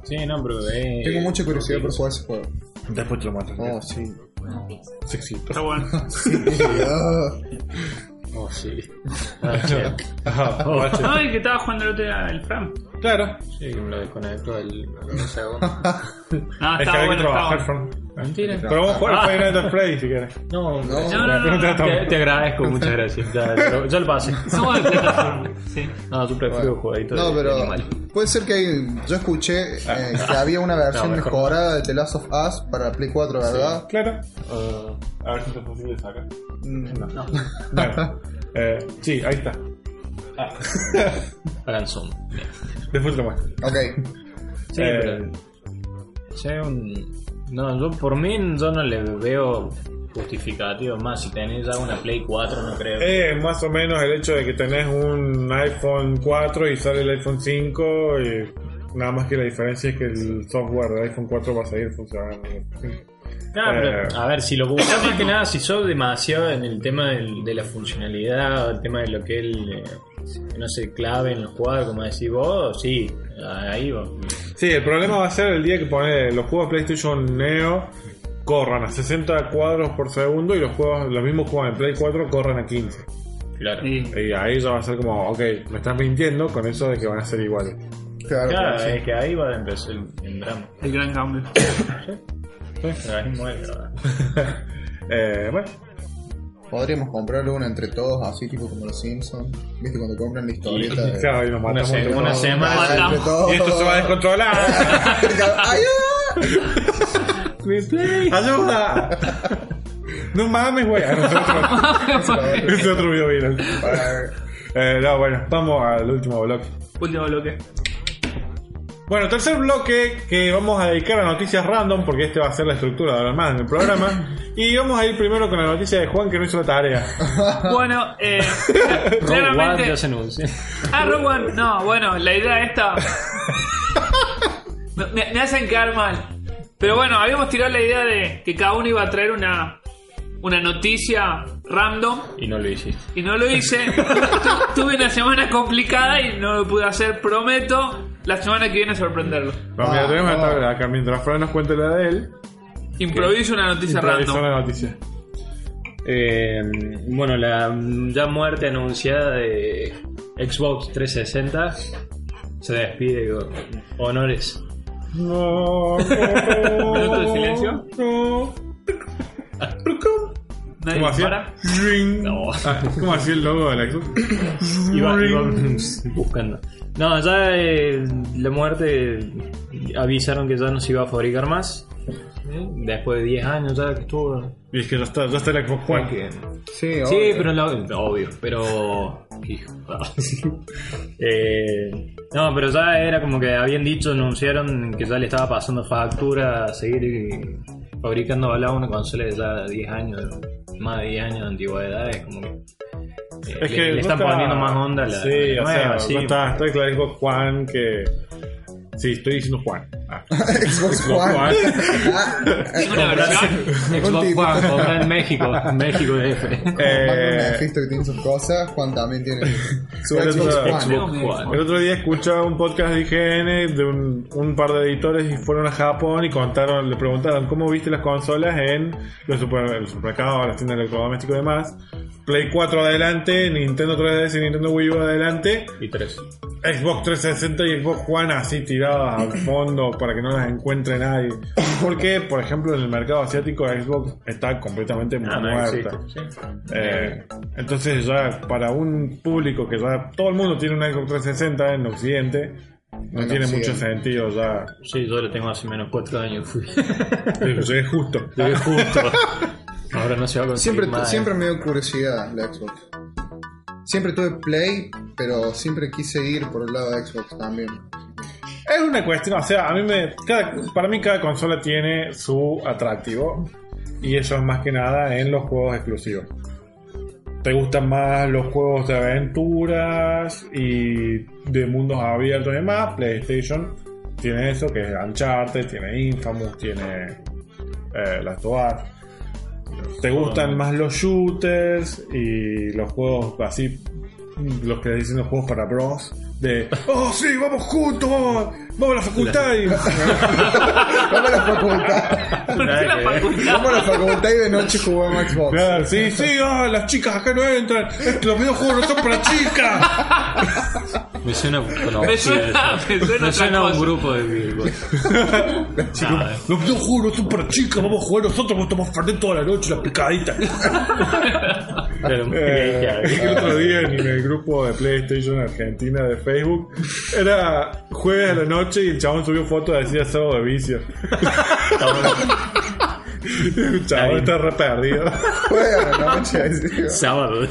sí, no, pero. eh,
Tengo mucha curiosidad por jugar ese juego.
Después te lo muestro.
Oh, sí.
Sexito.
Está bueno.
Ah,
Oh, sí. Ah, che.
Ajá, Ratchet.
No, y que estaba jugando el otro día el Fran.
Ah,
Claro.
Sí, que me lo desconecto del. un segundo.
Ah,
Es que
estaba
hay que
bueno. estaba
trabajar,
bueno.
Fran.
Mentira.
Pero vamos a jugar
Ah.
al Five Nights at Freddy's si quieres.
No,
no.
No, no, no, no.
Te, te agradezco, muchas gracias. Ya, ya lo- ya lo pasé.
Somos de plataforma. Sí.
No, yo prefiero jueguito
No,
de- de
pero
animal.
puede ser que hay- yo escuché eh, que había una versión
No, mejor no.
mejorada de The Last of Us para Play 4, ¿verdad?
Claro.
Ah.
a ver si es posible sacar.
Mm,
Bueno, eh, sí, ahí está.
Hagan zoom. Bien.
Después te lo muestro.
Ok,
Sí,
Eh,
pero. Sí, un- No, yo por mí yo no le veo justificativo más. Si tenés ya una Play 4, no creo.
Es eh, más o menos el hecho de que tenés un iPhone 4 y sale el iPhone 5 y nada más que la diferencia es que el software del iPhone 4 va a seguir funcionando.
No, pero,
Eh.
a ver, si lo buscas más que nada, si sos demasiado en el tema del- de la funcionalidad, el tema de lo que él eh, no sé, clave en los cuadros, como decís vos, sí, ahí va.
Sí, el problema va a ser el día que pone los juegos PlayStation Neo corran a 60 cuadros por segundo y los juegos, los mismos juegos en Play 4 corran a 15.
Claro.
Sí.
Y ahí ya va a ser como, ok, me estás mintiendo con eso de que van a ser iguales.
claro,
Claro, eh.
claro, sí.
es que ahí va a empezar el, el drama.
El gran cambio.
Pero ahí muere, ¿verdad?
Eh, bueno,
Podríamos comprar una entre todos, así tipo como los Simpsons. ¿Viste cuando compran la historieta? de-
Claro, y eh, nos
Una,
matamos
se-
entre
una
todos.
semana.
Ah, entre todos.
Y esto se va a descontrolar.
Ay, ah.
¡Ayuda! No mames, güey. Ah, no, ese otro- ese es otro video viral.
Para-
Eh, no, bueno, vamos al último bloque.
Último bloque.
Bueno, tercer bloque que vamos a dedicar a noticias random, porque este va a ser la estructura de ahora más del programa. Y vamos a ir primero con la noticia de Juan que no hizo la tarea.
Bueno, eh,
Rogue One
claramente.
ya se anunció.
Ah, Rogue One. No, bueno, la idea esta. Me- Me, me hacen quedar mal. Pero bueno, habíamos tirado la idea de que cada uno iba a traer una, una noticia random
Y no lo hiciste.
y no lo hice. Tu- Tuve una semana complicada y no lo pude hacer. Prometo la semana que viene sorprenderlo.
Vamos, ya
Ah,
tenemos la tabla acá. Mientras Fran nos cuente la de él,
Improviso una noticia
revisamos
random.
la noticia.
Eh, bueno, la mm, ya muerte anunciada de Xbox 360 se despide con honores.
No.
Minuto de silencio.
No.
Nadie
¿Cómo
para.
hacía? Ring.
No.
Ah, ¿Cómo hacía el logo de la Xbox?
Iba, iba
Ring.
buscando. No, ya eh, la muerte avisaron que ya no se iba a fabricar más. ¿eh? Después de 10 años ya que estuvo.
Y es que ya está, ya está el Xbox Juan.
Sí,
Sí,
obvio.
pero la- obvio, pero hijo, Eh, no, pero ya era como que habían dicho, anunciaron que ya le estaba pasando factura a seguir fabricando hablaba una consola de ya 10 años, más de 10 años de antigüedad, es como que eh,
Es
le,
que
le
no
están
está-
poniendo más onda a la
Sí,
a la
o sea,
nueva,
no
sí.
está, está el clarisco Juan que. Sí, estoy diciendo Juan. Ah.
Xbox One.
One.
Ah,
Es una versión.
Xbox
Contigo.
One, comprar en México, México DF.
Juan
Eh,
Mephisto que tiene sus cosas, Juan también tiene su
Pero
Xbox
eso-
One.
Xbox One.
el otro día escuchaba un podcast de IGN de un, un par de editores y fueron a Japón y contaron, le preguntaron cómo viste las consolas en los, super- los supermercados, las tiendas de electrodomésticos y demás. Play 4 adelante, Nintendo 3DS y Nintendo Wii U adelante,
Y tres.
Xbox 360 y Xbox One así tiradas al fondo para que no las encuentre nadie. Porque, por ejemplo, en el mercado asiático Xbox está completamente
Ah, no
muerta.
existe, sí.
Eh, entonces ya para un público que ya todo el mundo tiene un Xbox 360 en Occidente, no
En
tiene
Occidente.
mucho sentido ya.
Sí, yo lo tengo hace menos 4 años. Fui.
Pero eso es justo.
Llegué justo. Ahora no se va a conseguir
Siempre,
más.
siempre me dio curiosidad la Xbox. Siempre tuve Play, pero siempre quise ir por el lado de Xbox también.
Es una cuestión, o sea, a mí me, cada- para mí cada consola tiene su atractivo y eso es más que nada en los juegos exclusivos. ¿Te gustan más los juegos de aventuras y de mundos abiertos y demás? PlayStation tiene eso, que es Uncharted, tiene Infamous, tiene eh, las todas. ¿Te gustan más los shooters y los juegos así, los que dicen los juegos para bros? De, oh sí, vamos juntos, vamos, vamos a la facultad y...
Vamos a la facultad.
¿Por qué
eh.
la facultad?
Vamos a la facultad y de noche jugamos Xbox.
Claro, sí, sí, ah, las chicas acá no entran, Es que los videojuegos no son para chicas.
Me suena conocido.
Me suena-
eso.
me suena
Me suena
otra
un
cosa.
grupo de videojuegos. Nada,
Los videojuegos no son para chicas, vamos a jugar nosotros, vamos a tomar Fernet toda la noche, las picaditas.
pero muy
Eh,
gay,
el otro día en el grupo de PlayStation Argentina de Facebook era jueves a la noche y el chabón subió fotos y decía sábado de vicio. el chabón está re perdido.
Juega a la noche. así.
Sábado.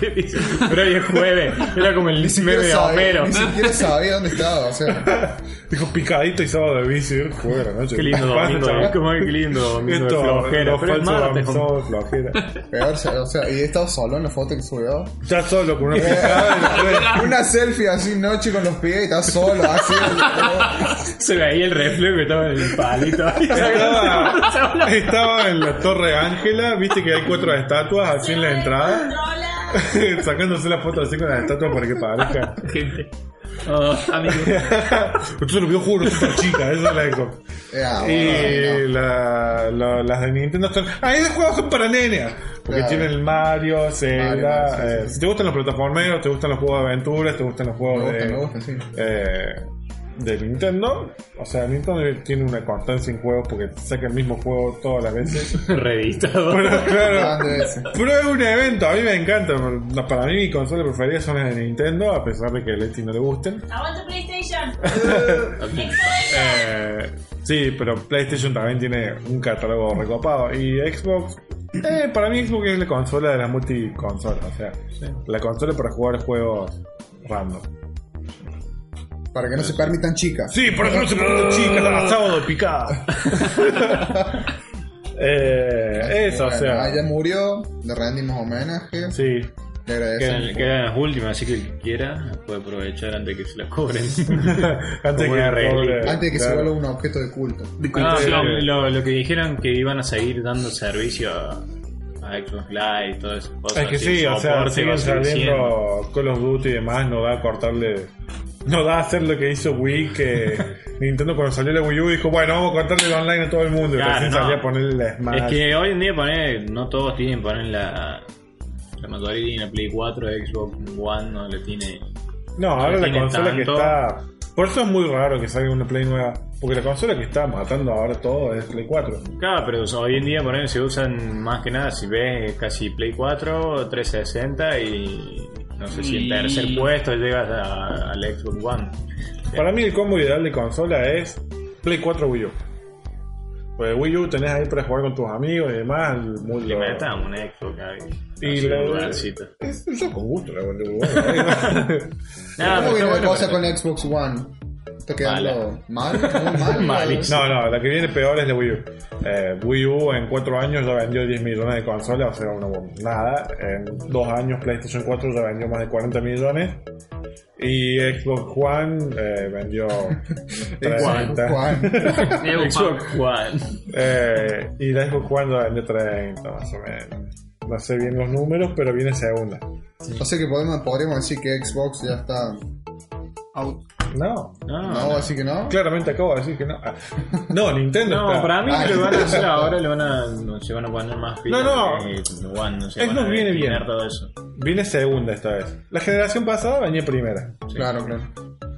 Pero hoy es jueves. Era como el meme
Ni
de
siquiera sabía-
Homero.
Ni siquiera sabía dónde estaba, o sea.
Dijo picadito y sábado de vicio. Jueves a la noche.
Qué lindo
¿Qué pasa,
domingo.
chabón?
eh. Como que qué lindo domingo. de
Esto, eh,
flojera.
los
Pero es
falsos
martes.
domingos somos flojera.
Peor, o sea, y he estado solo en la foto que subió.
Ya solo con una Ah, picada en la frente.
Una selfie así noche con los pies y estaba solo, así.
Se veía el reflejo que estaba en el palito.
Estaba, estaba en la Torre Ángela, viste que hay cuatro estatuas así en la entrada,
Controla.
sacándose la foto así con las estatuas para que parezca.
Gente.
Oh,
Entonces los videojuegos no son para chicas, eso es la Xbox.
Ya, Ah, bueno,
Y la- la- las de Nintendo son. Ah, esos juegos son para nenas. Porque
Claro.
tienen el Mario, Zelda.
Mario, sí, sí,
eh, Si te gustan los plataformeros, te gustan los juegos de aventuras, te gustan los
no.
juegos
Me gusta,
de.
me gusta, sí.
eh, de Nintendo. O sea, Nintendo tiene una constancia en juegos porque saca el mismo juego todas las veces.
Reeditado.
Pero claro,
Grande ese.
pero es un evento, a mí me encanta. No, Para mí, mi consola preferida son las de Nintendo, a pesar de que a Leti no le gusten.
¡Aguanta PlayStation!
Eh, sí, pero PlayStation también tiene un catálogo recopado. Y Xbox, eh, para mí, Xbox es la consola de las multiconsolas. O sea, la consola para jugar juegos random.
Para que no se permitan chicas.
Sí, por eso no se puede chica, la sábado picada. eh, eso, o
Bueno, ahí ya
sea.
murió, le rendimos homenaje.
Sí.
Le agradecemos.
Quedan, quedan las últimas, así que el que quiera puede aprovechar antes de que se las cobren.
Antes
Como una reliquia.
cobre,
Antes de que se
claro.
vuelva un objeto de culto.
Ah,
sí.
lo, lo- lo que dijeron que iban a seguir dando servicio a, a Xbox Live y todas esas cosas.
Es que
así,
sí, o sea,
soporte va
siguen
a seguir siendo.
saliendo Call of Duty y demás, no da a cortarle. No da a hacer lo que hizo Wii, que Nintendo cuando salió la Wii U dijo, bueno, vamos a cortarle el online a todo el mundo.
Claro,
y recién
no.
salía a ponerle la Smash.
Es que hoy en día poner, no todos tienen poner la. La mayoría tiene Play 4, Xbox One no le tiene.
no, ahora la
tiene
consola que
tanto.
está. Por eso es muy raro que salga una Play nueva. Porque la consola que está matando ahora todo es Play 4.
Claro, pero o sea, hoy en día poner, se usan más que nada, si ves casi Play 4, 360 y. No sé si en
Y-
tercer puesto llegas a- al Xbox One.
Para mí el combo ideal de consola es Play 4 Wii U. Pues Wii U tenés ahí para jugar con tus amigos y demás. el mundo-
Le metan un Xbox ahí.
Y
hacer
la-
un lugarcito.
Es- Yo con gusto la vuelvo a jugar.
Nada, pero
¿Cómo
está
viene la
bueno,
cosa
pero-
con Xbox One? ¿Está quedando mal? Muy mal.
Malísimo.
No, no, la que viene peor es la Wii U. Eh, Wii U en 4 años ya vendió 10 millones de consolas, o sea, una bom- nada. En 2 años PlayStation 4 ya vendió más de 40 millones. Y Xbox One eh, vendió 30.
Juan.
Evo,
Xbox One.
Eh, y la Xbox One ya vendió 30, más o menos. No sé bien los números, pero viene segunda.
O sea que podemos, podríamos decir que Xbox ya está out.
No,
No,
No, así que no.
claramente acabo de decir que no. Ah, No, Nintendo.
No,
está-
para mí
Ah,
lo van a hacer
está.
ahora, le van a, no, se van a poner más pilas.
No, no.
que One, no sé,
Es
van a
nos viene
declinar
bien.
todo eso.
Viene segunda esta vez. La generación pasada venía primera.
Claro, claro.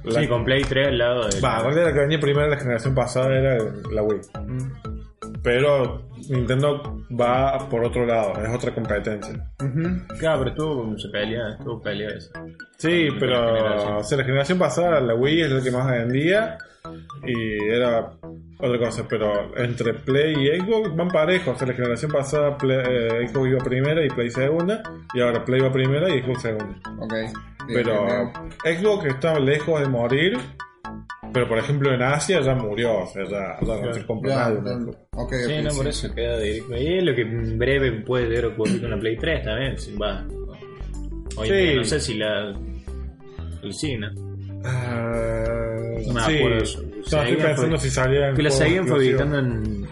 La-
Sí, con Play 3 al lado de...
Va, aparte la que venía primero de la generación pasada era la Wii. Pero Nintendo va por otro lado, es otra competencia.
Claro, pero estuvo, se pelea, estuvo pelea eso.
Sí,
Con la generación.
pero o sea, la generación pasada la Wii es la que más vendía y era otra cosa, pero entre Play y Xbox van parejos. O sea, la generación pasada Play- eh, Xbox iba primera y Play segunda, y ahora Play va primera y Xbox segunda.
Ok.
Pero
Bien,
Xbox está lejos de morir, pero por ejemplo en Asia ya murió, o sea, ya, ya no se
bien.
compra
Ya,
nadie un
ya.
Xbox.
Ok,
Sí,
ok,
no,
sí.
por eso queda directo. Y es lo que en breve puede haber ocurrido con la Play 3 también. sí, Va. Oye,
Sí.
no sé si la... Lucina.
Ah,
No me
sí.
acuerdo eso.
No, estoy
Seguían
pensando
fabric-
si salían.
Que la
juegos
seguían
exclusivos.
fabricando en...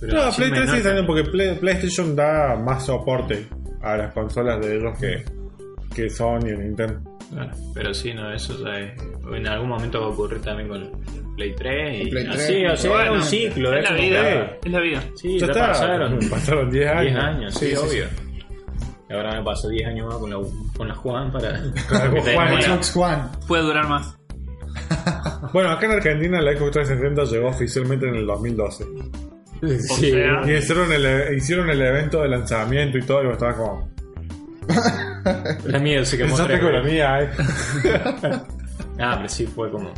pero
No,
así
Play
me
3 sí
nota.
salían porque Play- PlayStation da más soporte a las consolas de ellos que, que Sony o Nintendo.
Claro, pero sí, no, eso ya es- en algún momento va a ocurrir también con el Play 3 y
Play
así,
3,
o sea, es
bueno,
un ciclo,
Es
es
la
como
vida.
que-
Es la vida.
Sí,
Ya
ya
está.
pasaron 10
Pasaron 10 años.
años, sí,
Sí, sí,
obvio. Y ahora me pasó 10 años más con la, con la Juan para.
Claro,
que tenga
Juan,
la-
Xbox One.
Puede durar más.
Bueno, acá en Argentina la Xbox 360 llegó oficialmente en el 2012.
O
Sí.
sea,
Y hicieron el, e, hicieron el evento de lanzamiento y todo, y yo estaba como.
La mía se quemó.
Pensaste
tres
con la
veces.
mía, eh.
Ah, pero sí, fue como.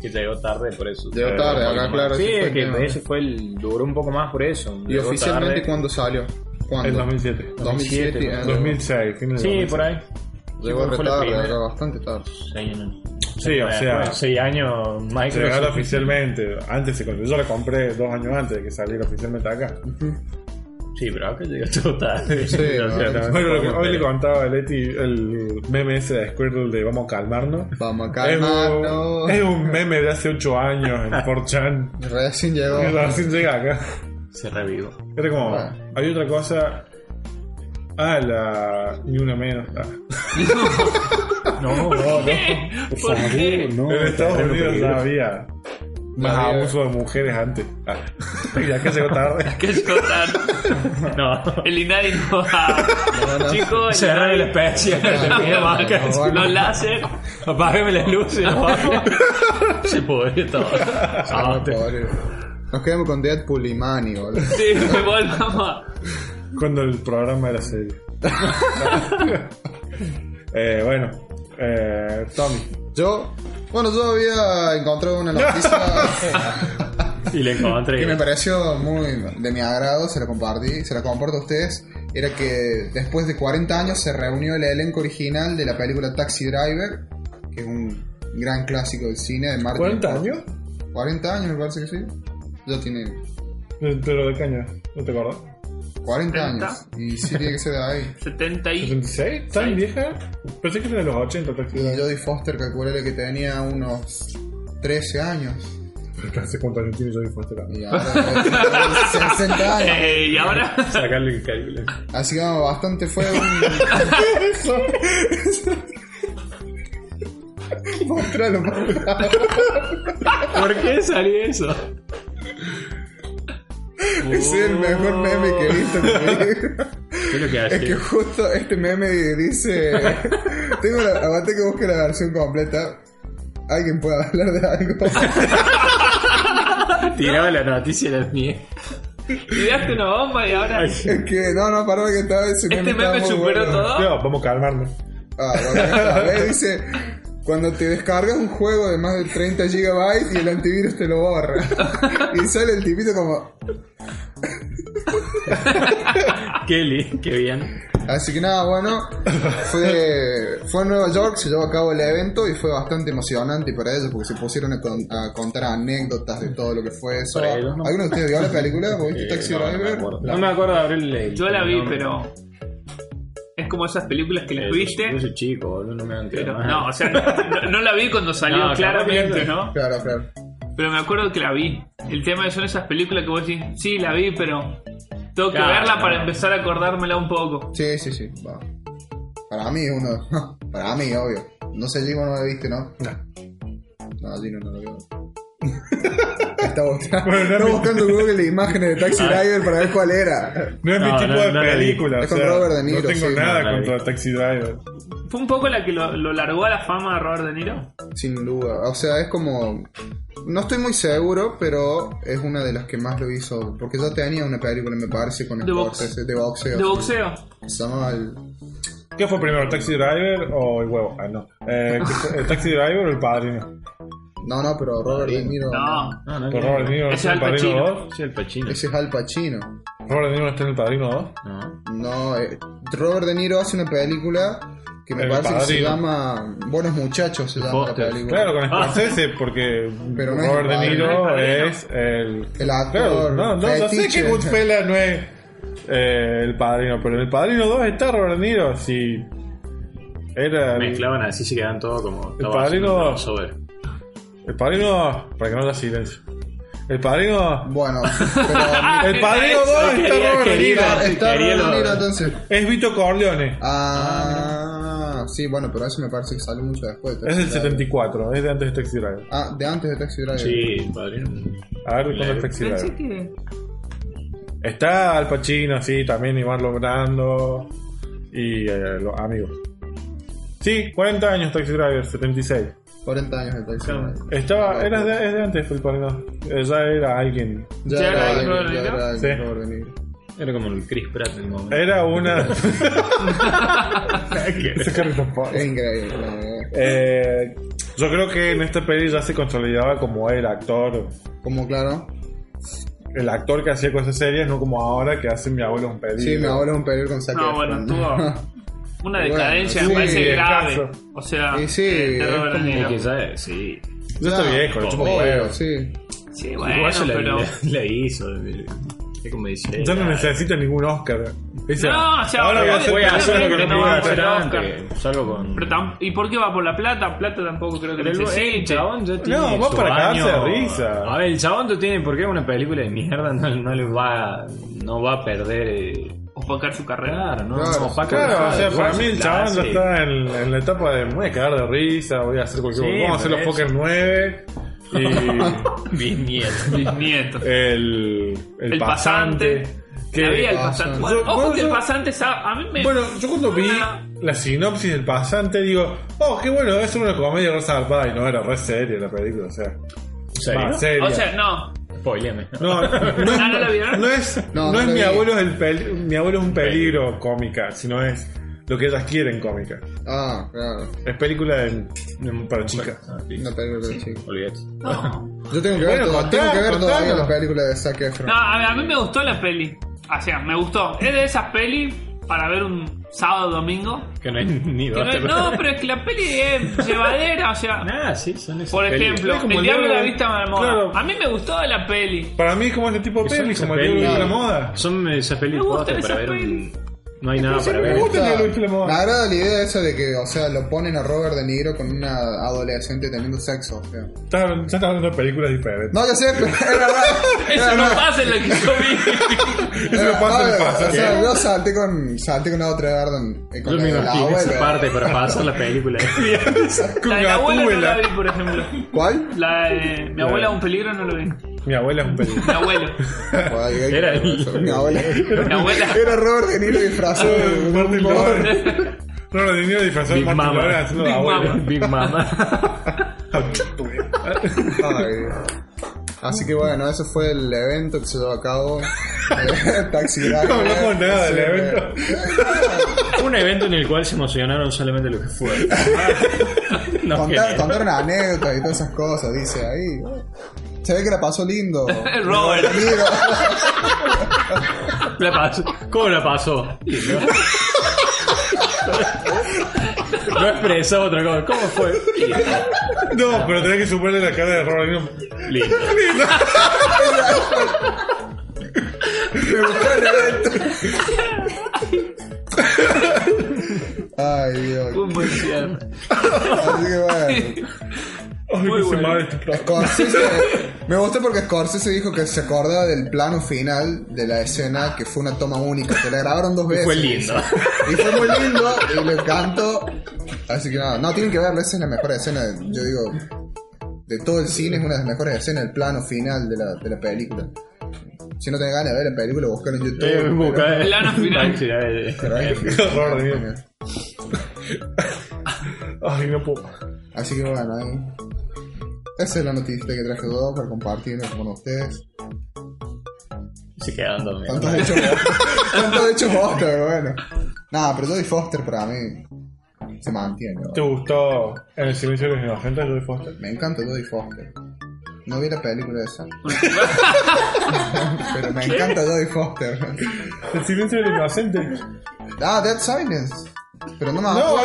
Que llegó tarde por eso.
Llegó tarde, acá,
como-
claro,
Sí,
ese fue el
que
tema.
ese fue el. duró un poco más por eso.
¿Y
llegó
oficialmente
tarde.
cuándo salió?
En
¿Cuándo?
2007.
2007.
2007,
eh,
2006, fines de
Sí,
2006.
por ahí.
Llegó
fue la
retardo,
primera.
llegó bastante tarde.
Sí, o sea.
pues,
6 años Microsoft.
Llegar oficialmente, antes se construyó, yo la compré dos años antes de que saliera oficialmente acá.
Sí, pero acá llegó todo tarde.
Sí,
O sea,
no,
no,
Bueno, lo que
no,
hoy le
Ah, pero-
contaba a Leti el meme ese de Squirtle de vamos a calmarnos.
Vamos a
Es un,
calmarnos.
es un meme de hace 8 años en 4chan.
Recién llegó.
que Recién llega acá.
Se revivo.
Era como,
Ah.
Bueno.
hay otra cosa. Ah, la. Ni una menos. Ah.
No, no, no.
¿Por qué?
no.
en Estados
terrible
Unidos ya
peligro.
había más
Había-
abuso de mujeres antes. Ah. Y acá llegó tarde.
que yo tan-
No.
El INADI no va.
no.
Chicos, el
Cerrar el
INADI-
especial.
No,
Te pide
no,
vaca.
no, no.
Los láser.
Apágame las luces. apaga. Se podría pues, todo. Ah, te-
Pobre. Nos quedamos con Deadpool y Manny, boludo.
Sí, me volvamos.
Cuando el programa era serio. eh, bueno, eh, Tommy.
Yo, bueno, yo había encontrado una noticia
Y le
que me
encontré.
pareció muy de mi agrado, se la compartí, se la comparto a ustedes. Era que después de 40 años se reunió el elenco original de la película Taxi Driver, que es un gran clásico del cine de Martin.
¿40
Scorsese.
años?
40 años, me parece que sí. Ya tiene
Pero de caña, ¿no te acuerdas?
40
¿Treinta?
años. Y sí tiene que ser de ahí.
70 y.
¿76? ¿Tan
Sí.
vieja? Pensé que era de los 80,
Y
prácticamente.
Jodie Foster, calculé que tenía unos 13 años.
Hace cuántos años tiene Jodie Foster.
Y ahora tiene 60 años.
Eh, y ahora.
Sacarle el cálculo.
Así que vamos, bastante fue un. Mostralo, Pablo.
¿Por qué salió eso?
es el mejor meme que he visto en mi vida.
¿Qué es lo que hace?
Es que justo este meme dice. Tengo la. Aguante que busque la versión completa. Alguien puede hablar de algo.
Tiraba la noticia de la mía.
Tiraste una bomba y ahora.
Es que. No, no, pará que estaba ese meme.
Este
estaba
meme
muy
superó
bueno.
todo.
Yo, vamos a calmarnos.
Ah, bueno, esta vez dice. Cuando te descargas un juego de más de 30 GB y el antivirus te lo borra. Y sale el tipito como.
Kelly, qué bien.
Así que nada, bueno, fue, fue en Nueva York, se llevó a cabo el evento y fue bastante emocionante para ellos porque se pusieron a, con- a contar anécdotas de todo lo que fue eso.
Para ellos, ¿no?
¿Alguno de ustedes vio la película? ¿Vos viste Taxi Driver?
Eh, No me acuerdo de abrirle.
Yo la vi, pero. Es como esas películas
Eh,
que las
Eh, Yo
viste.
soy chico, boludo, no me dan
Pero, no, o sea, no, no la vi cuando salió
No,
claramente,
claramente.
¿no?
Claro, claro.
Pero me acuerdo que la vi. El tema son esas películas que vos decís, sí, la vi, pero tengo que
Claro,
verla para
no.
empezar a acordármela un poco.
Sí, sí, sí. va. Para mí es uno. Para mí, obvio. No sé, Gino, no lo viste, ¿no? No. No, Gino no lo vio. Está buscando, está buscando en Google imágenes de Taxi
Ah.
Driver para ver cuál era.
No es mi
No,
tipo
no,
de
no la vi.
película.
Es
o
con
sea,
Robert De Niro,
No tengo
sí.
nada
No, la vi.
contra Taxi Driver.
Fue un poco la que lo, lo largó a la fama a Robert De Niro.
Sin duda. O sea, es como. No estoy muy seguro, pero es una de las que más lo hizo. Porque yo tenía una película, me parece, con
De
Scorsese, de boxeo.
De boxeo.
Se llamaba el-
¿Qué fue primero, Taxi Driver o el huevo? Ah, no. Eh, ¿qué fue, ¿El Taxi Driver o el padrino?
No, no, pero Robert De Niro.
No.
No, Ah, no,
Eh,
Pero Robert De Niro no
Ese
está en
Al
el padrino
Pacino.
2.
Soy el pachino.
Ese es Al Pacino.
Robert De Niro no está en el padrino 2.
No.
No, eh, Robert De Niro hace una película que me
El
parece que se
Padrino.
llama Buenos Muchachos, se llama la
Foster.
película.
Claro, con Scorsese, porque
Pero no es
Robert De
el
Niro
padrino.
es el.
El actor
Claro, no, no, yo sé
fetiche.
que Goodfellas no es eh, el padrino, pero en el padrino 2 está Robert De Niro. Si. Era. El,
Mezclaban así, se quedan todo como.
El padrino-
Sobre.
el padrino. Para que no haya silencio. El padrino.
Bueno, pero.
El padrino 2
quería-
está Robert De Niro.
quería-
Está
Quería
Robert De Niro
lo-
entonces.
Es Vito Corleone.
Ah, sí, bueno, pero eso me parece que salió mucho después. de
Es el
Taxi Driver.
74, es de antes de Taxi Driver.
Ah, de antes de Taxi Driver.
Sí, el padrino.
A ver cuándo es Taxi
Pensé
Driver.
que.
Está Al Pacino, sí, también Iván Logrando y eh, los amigos. Sí, 40 años Taxi Driver, 76.
40 años de Taxi Driver.
Estaba, era de, es de antes, fue el padrino. Eh, Ya era alguien.
Ya
¿Ya
era
era
alguien,
Robert De
ya
Niro?
era alguien,
Sí.
Robert De Niro.
Era como el Chris Pratt en el momento.
Era una. Ese Harrison Ford.
Es increíble. la verdad.
Eh, yo creo que en esta peli ya se consolidaba como el actor.
Como claro.
El actor que hacía cosas serias, no como ahora que hace mi abuelo un peli.
Sí, mi abuelo es un peligro con Zac
No,
Efron.
bueno, tuvo una
Bueno,
decadencia,
sí,
me parece
el
grave.
caso.
O sea,
Y sí,
eh,
es
Robert De
como
Niro.
Que ya- sí.
Yo estoy
Ya,
viejo, le chupo
obvio,
huevo.
sí.
Sí, bueno,
Igual yo la, eh.
pero.
la- la hizo. Es como dice.
Yo no necesito ningún Oscar. Dice,
No, o sea,
ahora voy a hacer
obviamente
hacer lo que
no
no pude
va a
hacer.
ser
antes. Salvo con.
pero tam- ¿Y por qué va por la plata? Plata tampoco creo que
Pero el, el
necesite.
chabón ya tiene.
No, va
su
para cagarse
año.
de risa.
A ver, el chabón ya tiene. Porque es una película de mierda. No, no le va. No va a perder. eh,
Opacar su carrera.
Claro, no.
Claro,
no, Paco
Claro, o
González,
sea, para
Juan
mí el
Clase.
chabón ya está en, en la etapa de me voy a cagar de risa, voy a hacer cualquier
Sí,
Vamos a hacer los
por
Poker 9 y
Bisnieto.
Mis nietos.
el, el,
El pasante.
Que-
Que había el
pasa?
pasante.
Yo-
Bueno, ojo
bueno,
que el
yo-
pasante sa- a mí me.
Bueno, yo cuando vi la sinopsis del pasante, digo, oh, qué bueno, es una comedia re zarpada y no era re seria la película, o sea. más seria.
O sea, no.
Spoileame.
no, no, es-
Ah, ¿no la vieron?
no es,
No,
no
no
es
la
mi
vi.
abuelo es el peli- mi abuelo es un peligro cómica, sino es lo que ellas quieren cómica.
Ah, claro.
Es película de- de- para chicas.
Una película de chico.
Olvídate.
No,
Yo tengo que ver,
Bueno,
todo-
contá,
tengo que ver
contá,
todavía
no.
la película de Zac Efron.
No, a, a mí me gustó la peli. O sea, me gustó. Es de esas pelis para ver un sábado domingo.
Que no hay ni
Que
dos.
no, no, pero es que la peli es llevadera, o sea.
Nada, sí, son esas
Por
pelis.
ejemplo,
Es como
El
el
Diablo de la
diablo-
Vista Marmota.
Claro.
A mí me gustó la peli.
Para mí es como este tipo de
Son
pelis,
esas
como el libro
pelis- Ah.
de la moda.
Son eh, esas pelis
Me gustan
posta para
esas
ver. un-
pelis.
No hay nada para
me
ver.
gusta. Puta que lo viste la moda.
me agrada la idea esa de que, o sea, lo ponen a Robert De Niro con una adolescente teniendo sexo. o sea.
Estás- Ya estás hablando de películas diferentes.
No, yo sé, pero era raro.
Eso no pasa en lo que yo vi.
Eso lo pasa en el
O sea,
pasante.
yo salté con, salté con Audrey Garden. eh,
Yo
Con
me
la- la
imagino esa
abuela.
parte para pasar la película.
Con
La de la abuela no la
Gatúbela.
vi, por ejemplo.
¿Cuál?
La de mi abuela es un peligro no lo vi. Mi
Mi abuela es un peligro.
abuelo.
Ay, ay,
Era
Mi abuela.
Mi abuela.
Era Robert De Niro disfrazado de un
Martin
humor.
Lawrence. No, lo tenía disfrazado de
Big
Martin
Mama.
Lawrence haciendo la
Big
abuela.
Mama.
Big Mama.
Ay. Así que bueno, eso fue el evento que se llevó a cabo. Eh, Taxi Driver.
No hablamos nada del
Sí,
evento.
un evento en el cual se emocionaron solamente los que fueron.
eh,
No,
Contar,
genial.
contaron anécdotas y todas esas cosas, dice ahí. Se ve que la pasó lindo.
Robert.
De Niro.
La pasó. ¿Cómo la pasó? No expresó otra cosa. ¿Cómo fue?
No, pero tenés que suponerle la cara de Robert Niro.
Listo.
Ay, Dios.
Un buen cierre.
Así que bueno.
Ay,
Muy
que se
bueno.
madre este plato.
Scorsese, me gusta porque Scorsese dijo que se acorda del plano final de la escena, que fue una toma única, que la grabaron dos veces.
Fue lindo.
Y fue muy lindo, y le canto. Así que nada, no, tienen que verla, esa es la mejor escena, yo digo, de todo el cine, es una de las mejores escenas, el plano final de la, de la película. Si no tenés ganas de ver la película, buscar en YouTube.
Eh, busca-
Plano final.
Sí, eh,
pero- pero ahí-
Horror, Dios. Ay, no puedo.
Así que bueno, ahí. Esa es la noticia que traje yo para compartirla con ustedes.
Se quedaron dormidos.
Tantos hechos Tantos hechos Foster, pero bueno. Nada, pero Jodie Foster para mí se mantiene. ¿no?
¿Te gustó En el silencio de los inocentes, Jodie Foster?
Me encanta Jodie Foster. No vi la película esa. pero me encanta Jodie Foster.
El silencio de los inocentes.
Ah, Dead Silence. Pero no me acuerdo.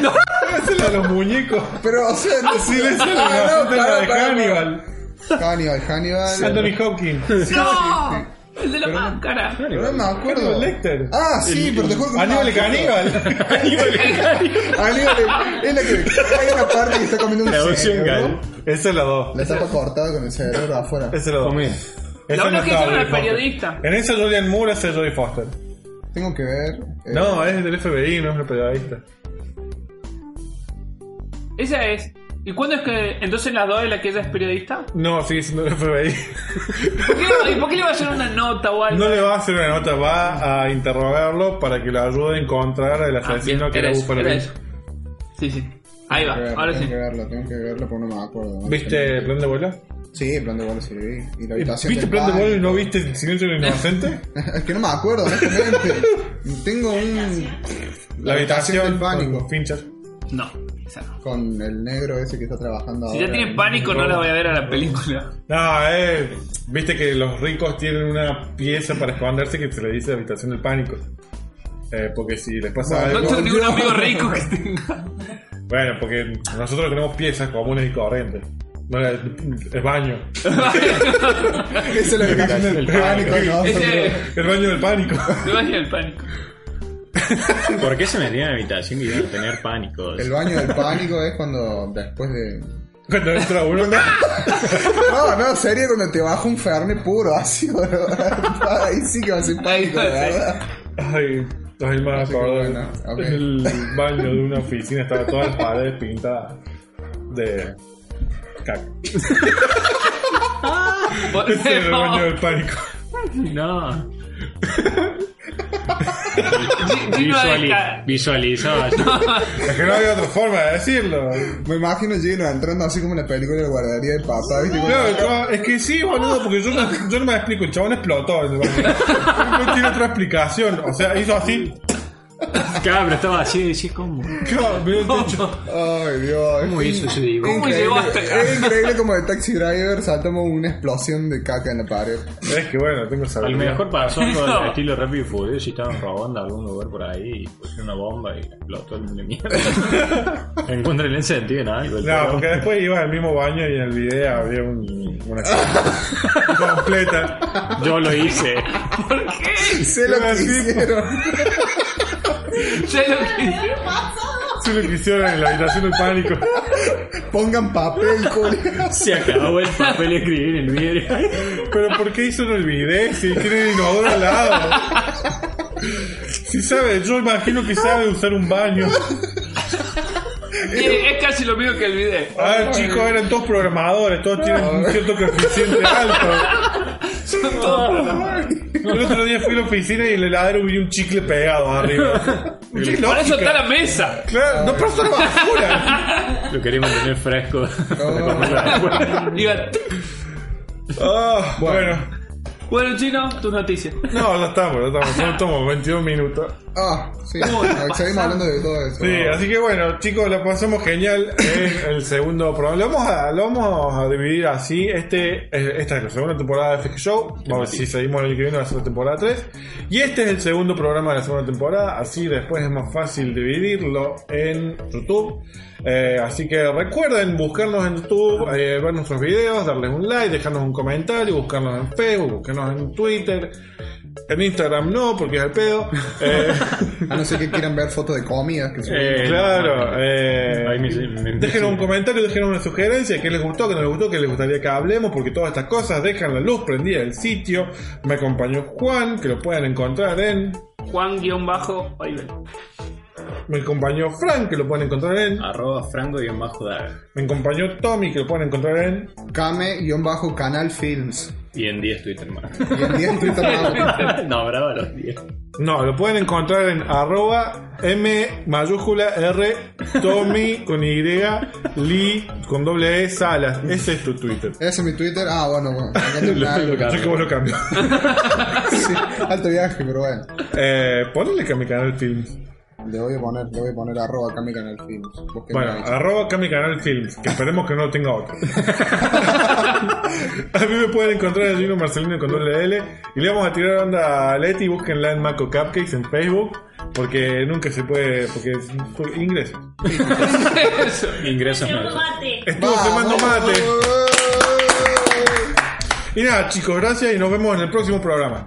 No, esa. Esa es la de los muñecos.
Pero, o sea, no,
Silencio de los
Ah, no,
inocentes, la
pará,
de
pará,
Hannibal.
pará. Hannibal, Hannibal.
Anthony Hopkins.
¡No! El de la máscara.
Pero no me acuerdo.
Hannibal Lecter.
Ah, sí, pero te juro que no me
Aníbal y
acuerdo.
Caníbal.
Aníbal, es la que hay una parte que está comiendo un
Traducción
cerebro.
gal.
Esa es la dos.
La tapa cortada con el cerebro afuera.
Esa es la dos.
Comí.
Esa
La una
no estaba
que hicieron
Jodie
al
Foster.
periodista.
En esa Julian Moore hace Jodie Foster.
Eh.
Tengo que ver. eh,
No, es del FBI, no es el periodista.
Esa es. ¿Y cuándo es que entonces las dos de la que ella es periodista?
No, sigue siendo del FBI.
¿Por qué le- ¿Y por qué le va a hacer una nota o algo?
No le va a hacer una nota, va a interrogarlo para que lo ayude a encontrar al
Ah, bien,
asesino que
era
lo
eso,
busca en
era
el-
eso. Sí, sí. Ahí va,
tengo que ver- tengo
ahora sí.
que verlo, tengo que verlo porque no me acuerdo.
¿Viste Plan de Vuelo?
Sí, plan de vuelo sí lo vi. Y la habitación
¿Viste
del
Plan de
baño.
Vuelo y no viste el Silencio de los Inocentes?
es que no me acuerdo, honestamente. tengo un.
La habitación
del pánico.
con Fincher.
No, esa no.
Con el negro ese que está trabajando
Si
ahora.
ya tiene pánico, no la voy a ver a la película.
No, eh. Viste que los ricos tienen una pieza para esconderse que se le dice habitación del pánico. Eh, porque si les pasa
Bueno,
No
algo.
tengo ningún amigo rico que tenga.
Bueno, porque nosotros tenemos piezas comunes y corrientes. No, el, el baño.
Ese es la habitación del pánico, ¿no?
Ese-
El baño del pánico.
Me baño el pánico.
¿Por qué se metían en la habitación y iban a tener pánico?
El baño del pánico es cuando después de. Ah,
Cuando entra uno.
No, no, sería cuando te baja un Fernet puro, así, boludo. Ahí sí que va a ser pánico, la verdad.
Ay, ay, me
Así que
acordé.
bueno, ok.
El baño de una oficina estaba todas las paredes pintadas de caca. Ese era el baño
Volvemos.
del pánico.
No.
Gino
Visuali-
Desca-
Visualizaba. así.
Es que no había otra forma de decirlo.
Me imagino Gino entrando así como en la película de guardería del papá, ¿viste? Como-
Claro, no, es que sí, boludo, porque yo no, yo no me explico. El chabón explotó. el- No tiene otra explicación. O sea, hizo así.
Claro, pero estaba así, decía cómo.
Claro, miró el techo.
Ay, Dios.
¿Cómo hizo ese dibujo?
¿Cómo llegó hasta acá?
Es increíble como de Taxi Driver saltamos una explosión de caca en la pared.
Es que bueno, tengo
A lo
sabiduría.
mejor pasó algo
No.
al estilo Rápido y Furioso y estaban robando a algún lugar por ahí y pusieron una bomba y explotó el mundo de mierda. Encuentren el sentido en algo. el
No,
pedo.
porque después iba al mismo baño y en el video había un, una cosa completa.
Yo lo hice.
¿Por qué?
Sé lo que
Sí.
hicieron.
Sé lo que-
Se lo que hicieron en la habitación del pánico.
Pongan papel, colega.
Se acabó el papel de escribir en el vidrio.
Pero ¿por qué hizo el video si tiene el inodoro al lado? Si sabe, yo imagino que sabe usar un baño.
Eh, Es casi lo mismo que el video.
Ah, chicos, eran todos programadores, todos tienen un cierto coeficiente alto.
Son todos programadores.
El otro día fui a la oficina y en el heladero vi un chicle pegado arriba. Qué
Por eso
lógica.
está la mesa.
Claro, no, pero eso era basura.
Lo queremos tener fresco.
Oh.
Iba-
Ah, bueno.
Bueno, chino, tus noticias.
No, ya estamos, ya estamos. Solo tomo 22 minutos.
Ah, sí. Nos seguimos hablando de todo eso.
Sí, así que bueno, chicos, la pasamos genial en el segundo programa. Lo vamos a, lo vamos a dividir así. Este, eh, esta es la segunda temporada de FX Show. Vamos, si seguimos el año que viene va a ser la temporada 3. Y este es el segundo programa de la segunda temporada. Así después es más fácil dividirlo en YouTube. Eh, así que recuerden buscarnos en YouTube, eh, ver nuestros videos, darles un like, dejarnos un comentario, buscarnos en Facebook, buscarnos en Twitter. En Instagram no, porque es el pedo. Eh,
A no ser que quieran ver fotos de comidas que se
Eh,
claro,
Ahí
eh,
me- me-
déjenos un comentario, déjenos una sugerencia, qué les gustó, qué no les gustó, qué les gustaría que hablemos, porque todas estas cosas dejan la luz prendida el sitio. Me acompañó Juan, que lo pueden encontrar en.
Juan guión bajo, ahí ven.
Me acompañó Frank, que lo pueden encontrar en.
Arroba franco y en bajo dar.
Me acompañó Tommy, que lo pueden encontrar en.
Kame-Canal Films.
Y en 10 Twitter más.
Y en 10 Twitter ah, más.
no, bravo los 10.
No, lo pueden encontrar en arroba M mayúscula R Tommy con Y Lee con doble E Salas. Ese es tu Twitter.
Ese es mi Twitter. Ah, bueno, bueno. Acá tengo
lo
algo.
cambio.
Yo sé que vos Ah, lo cambias.
Sí, Alto viaje, pero bueno.
eh, ponle que a mi canal Films.
Le voy a poner, le voy a poner arroba Kame-Canal Films. Busquen
Bueno,
ahí.
arroba acá mi canal Films, que esperemos que no tenga otro. a mí me pueden encontrar en Gino Marcelino con doble L. Y le vamos a tirar onda a Leti, búsquenla en Maco Cupcakes en Facebook, porque nunca se puede, porque es fue ingreso.
Eso.
Ingresos
Segundo
más.
mate.
Estuvo
Vamos.
tomando mate. Y nada, chicos, gracias y nos vemos en el próximo programa.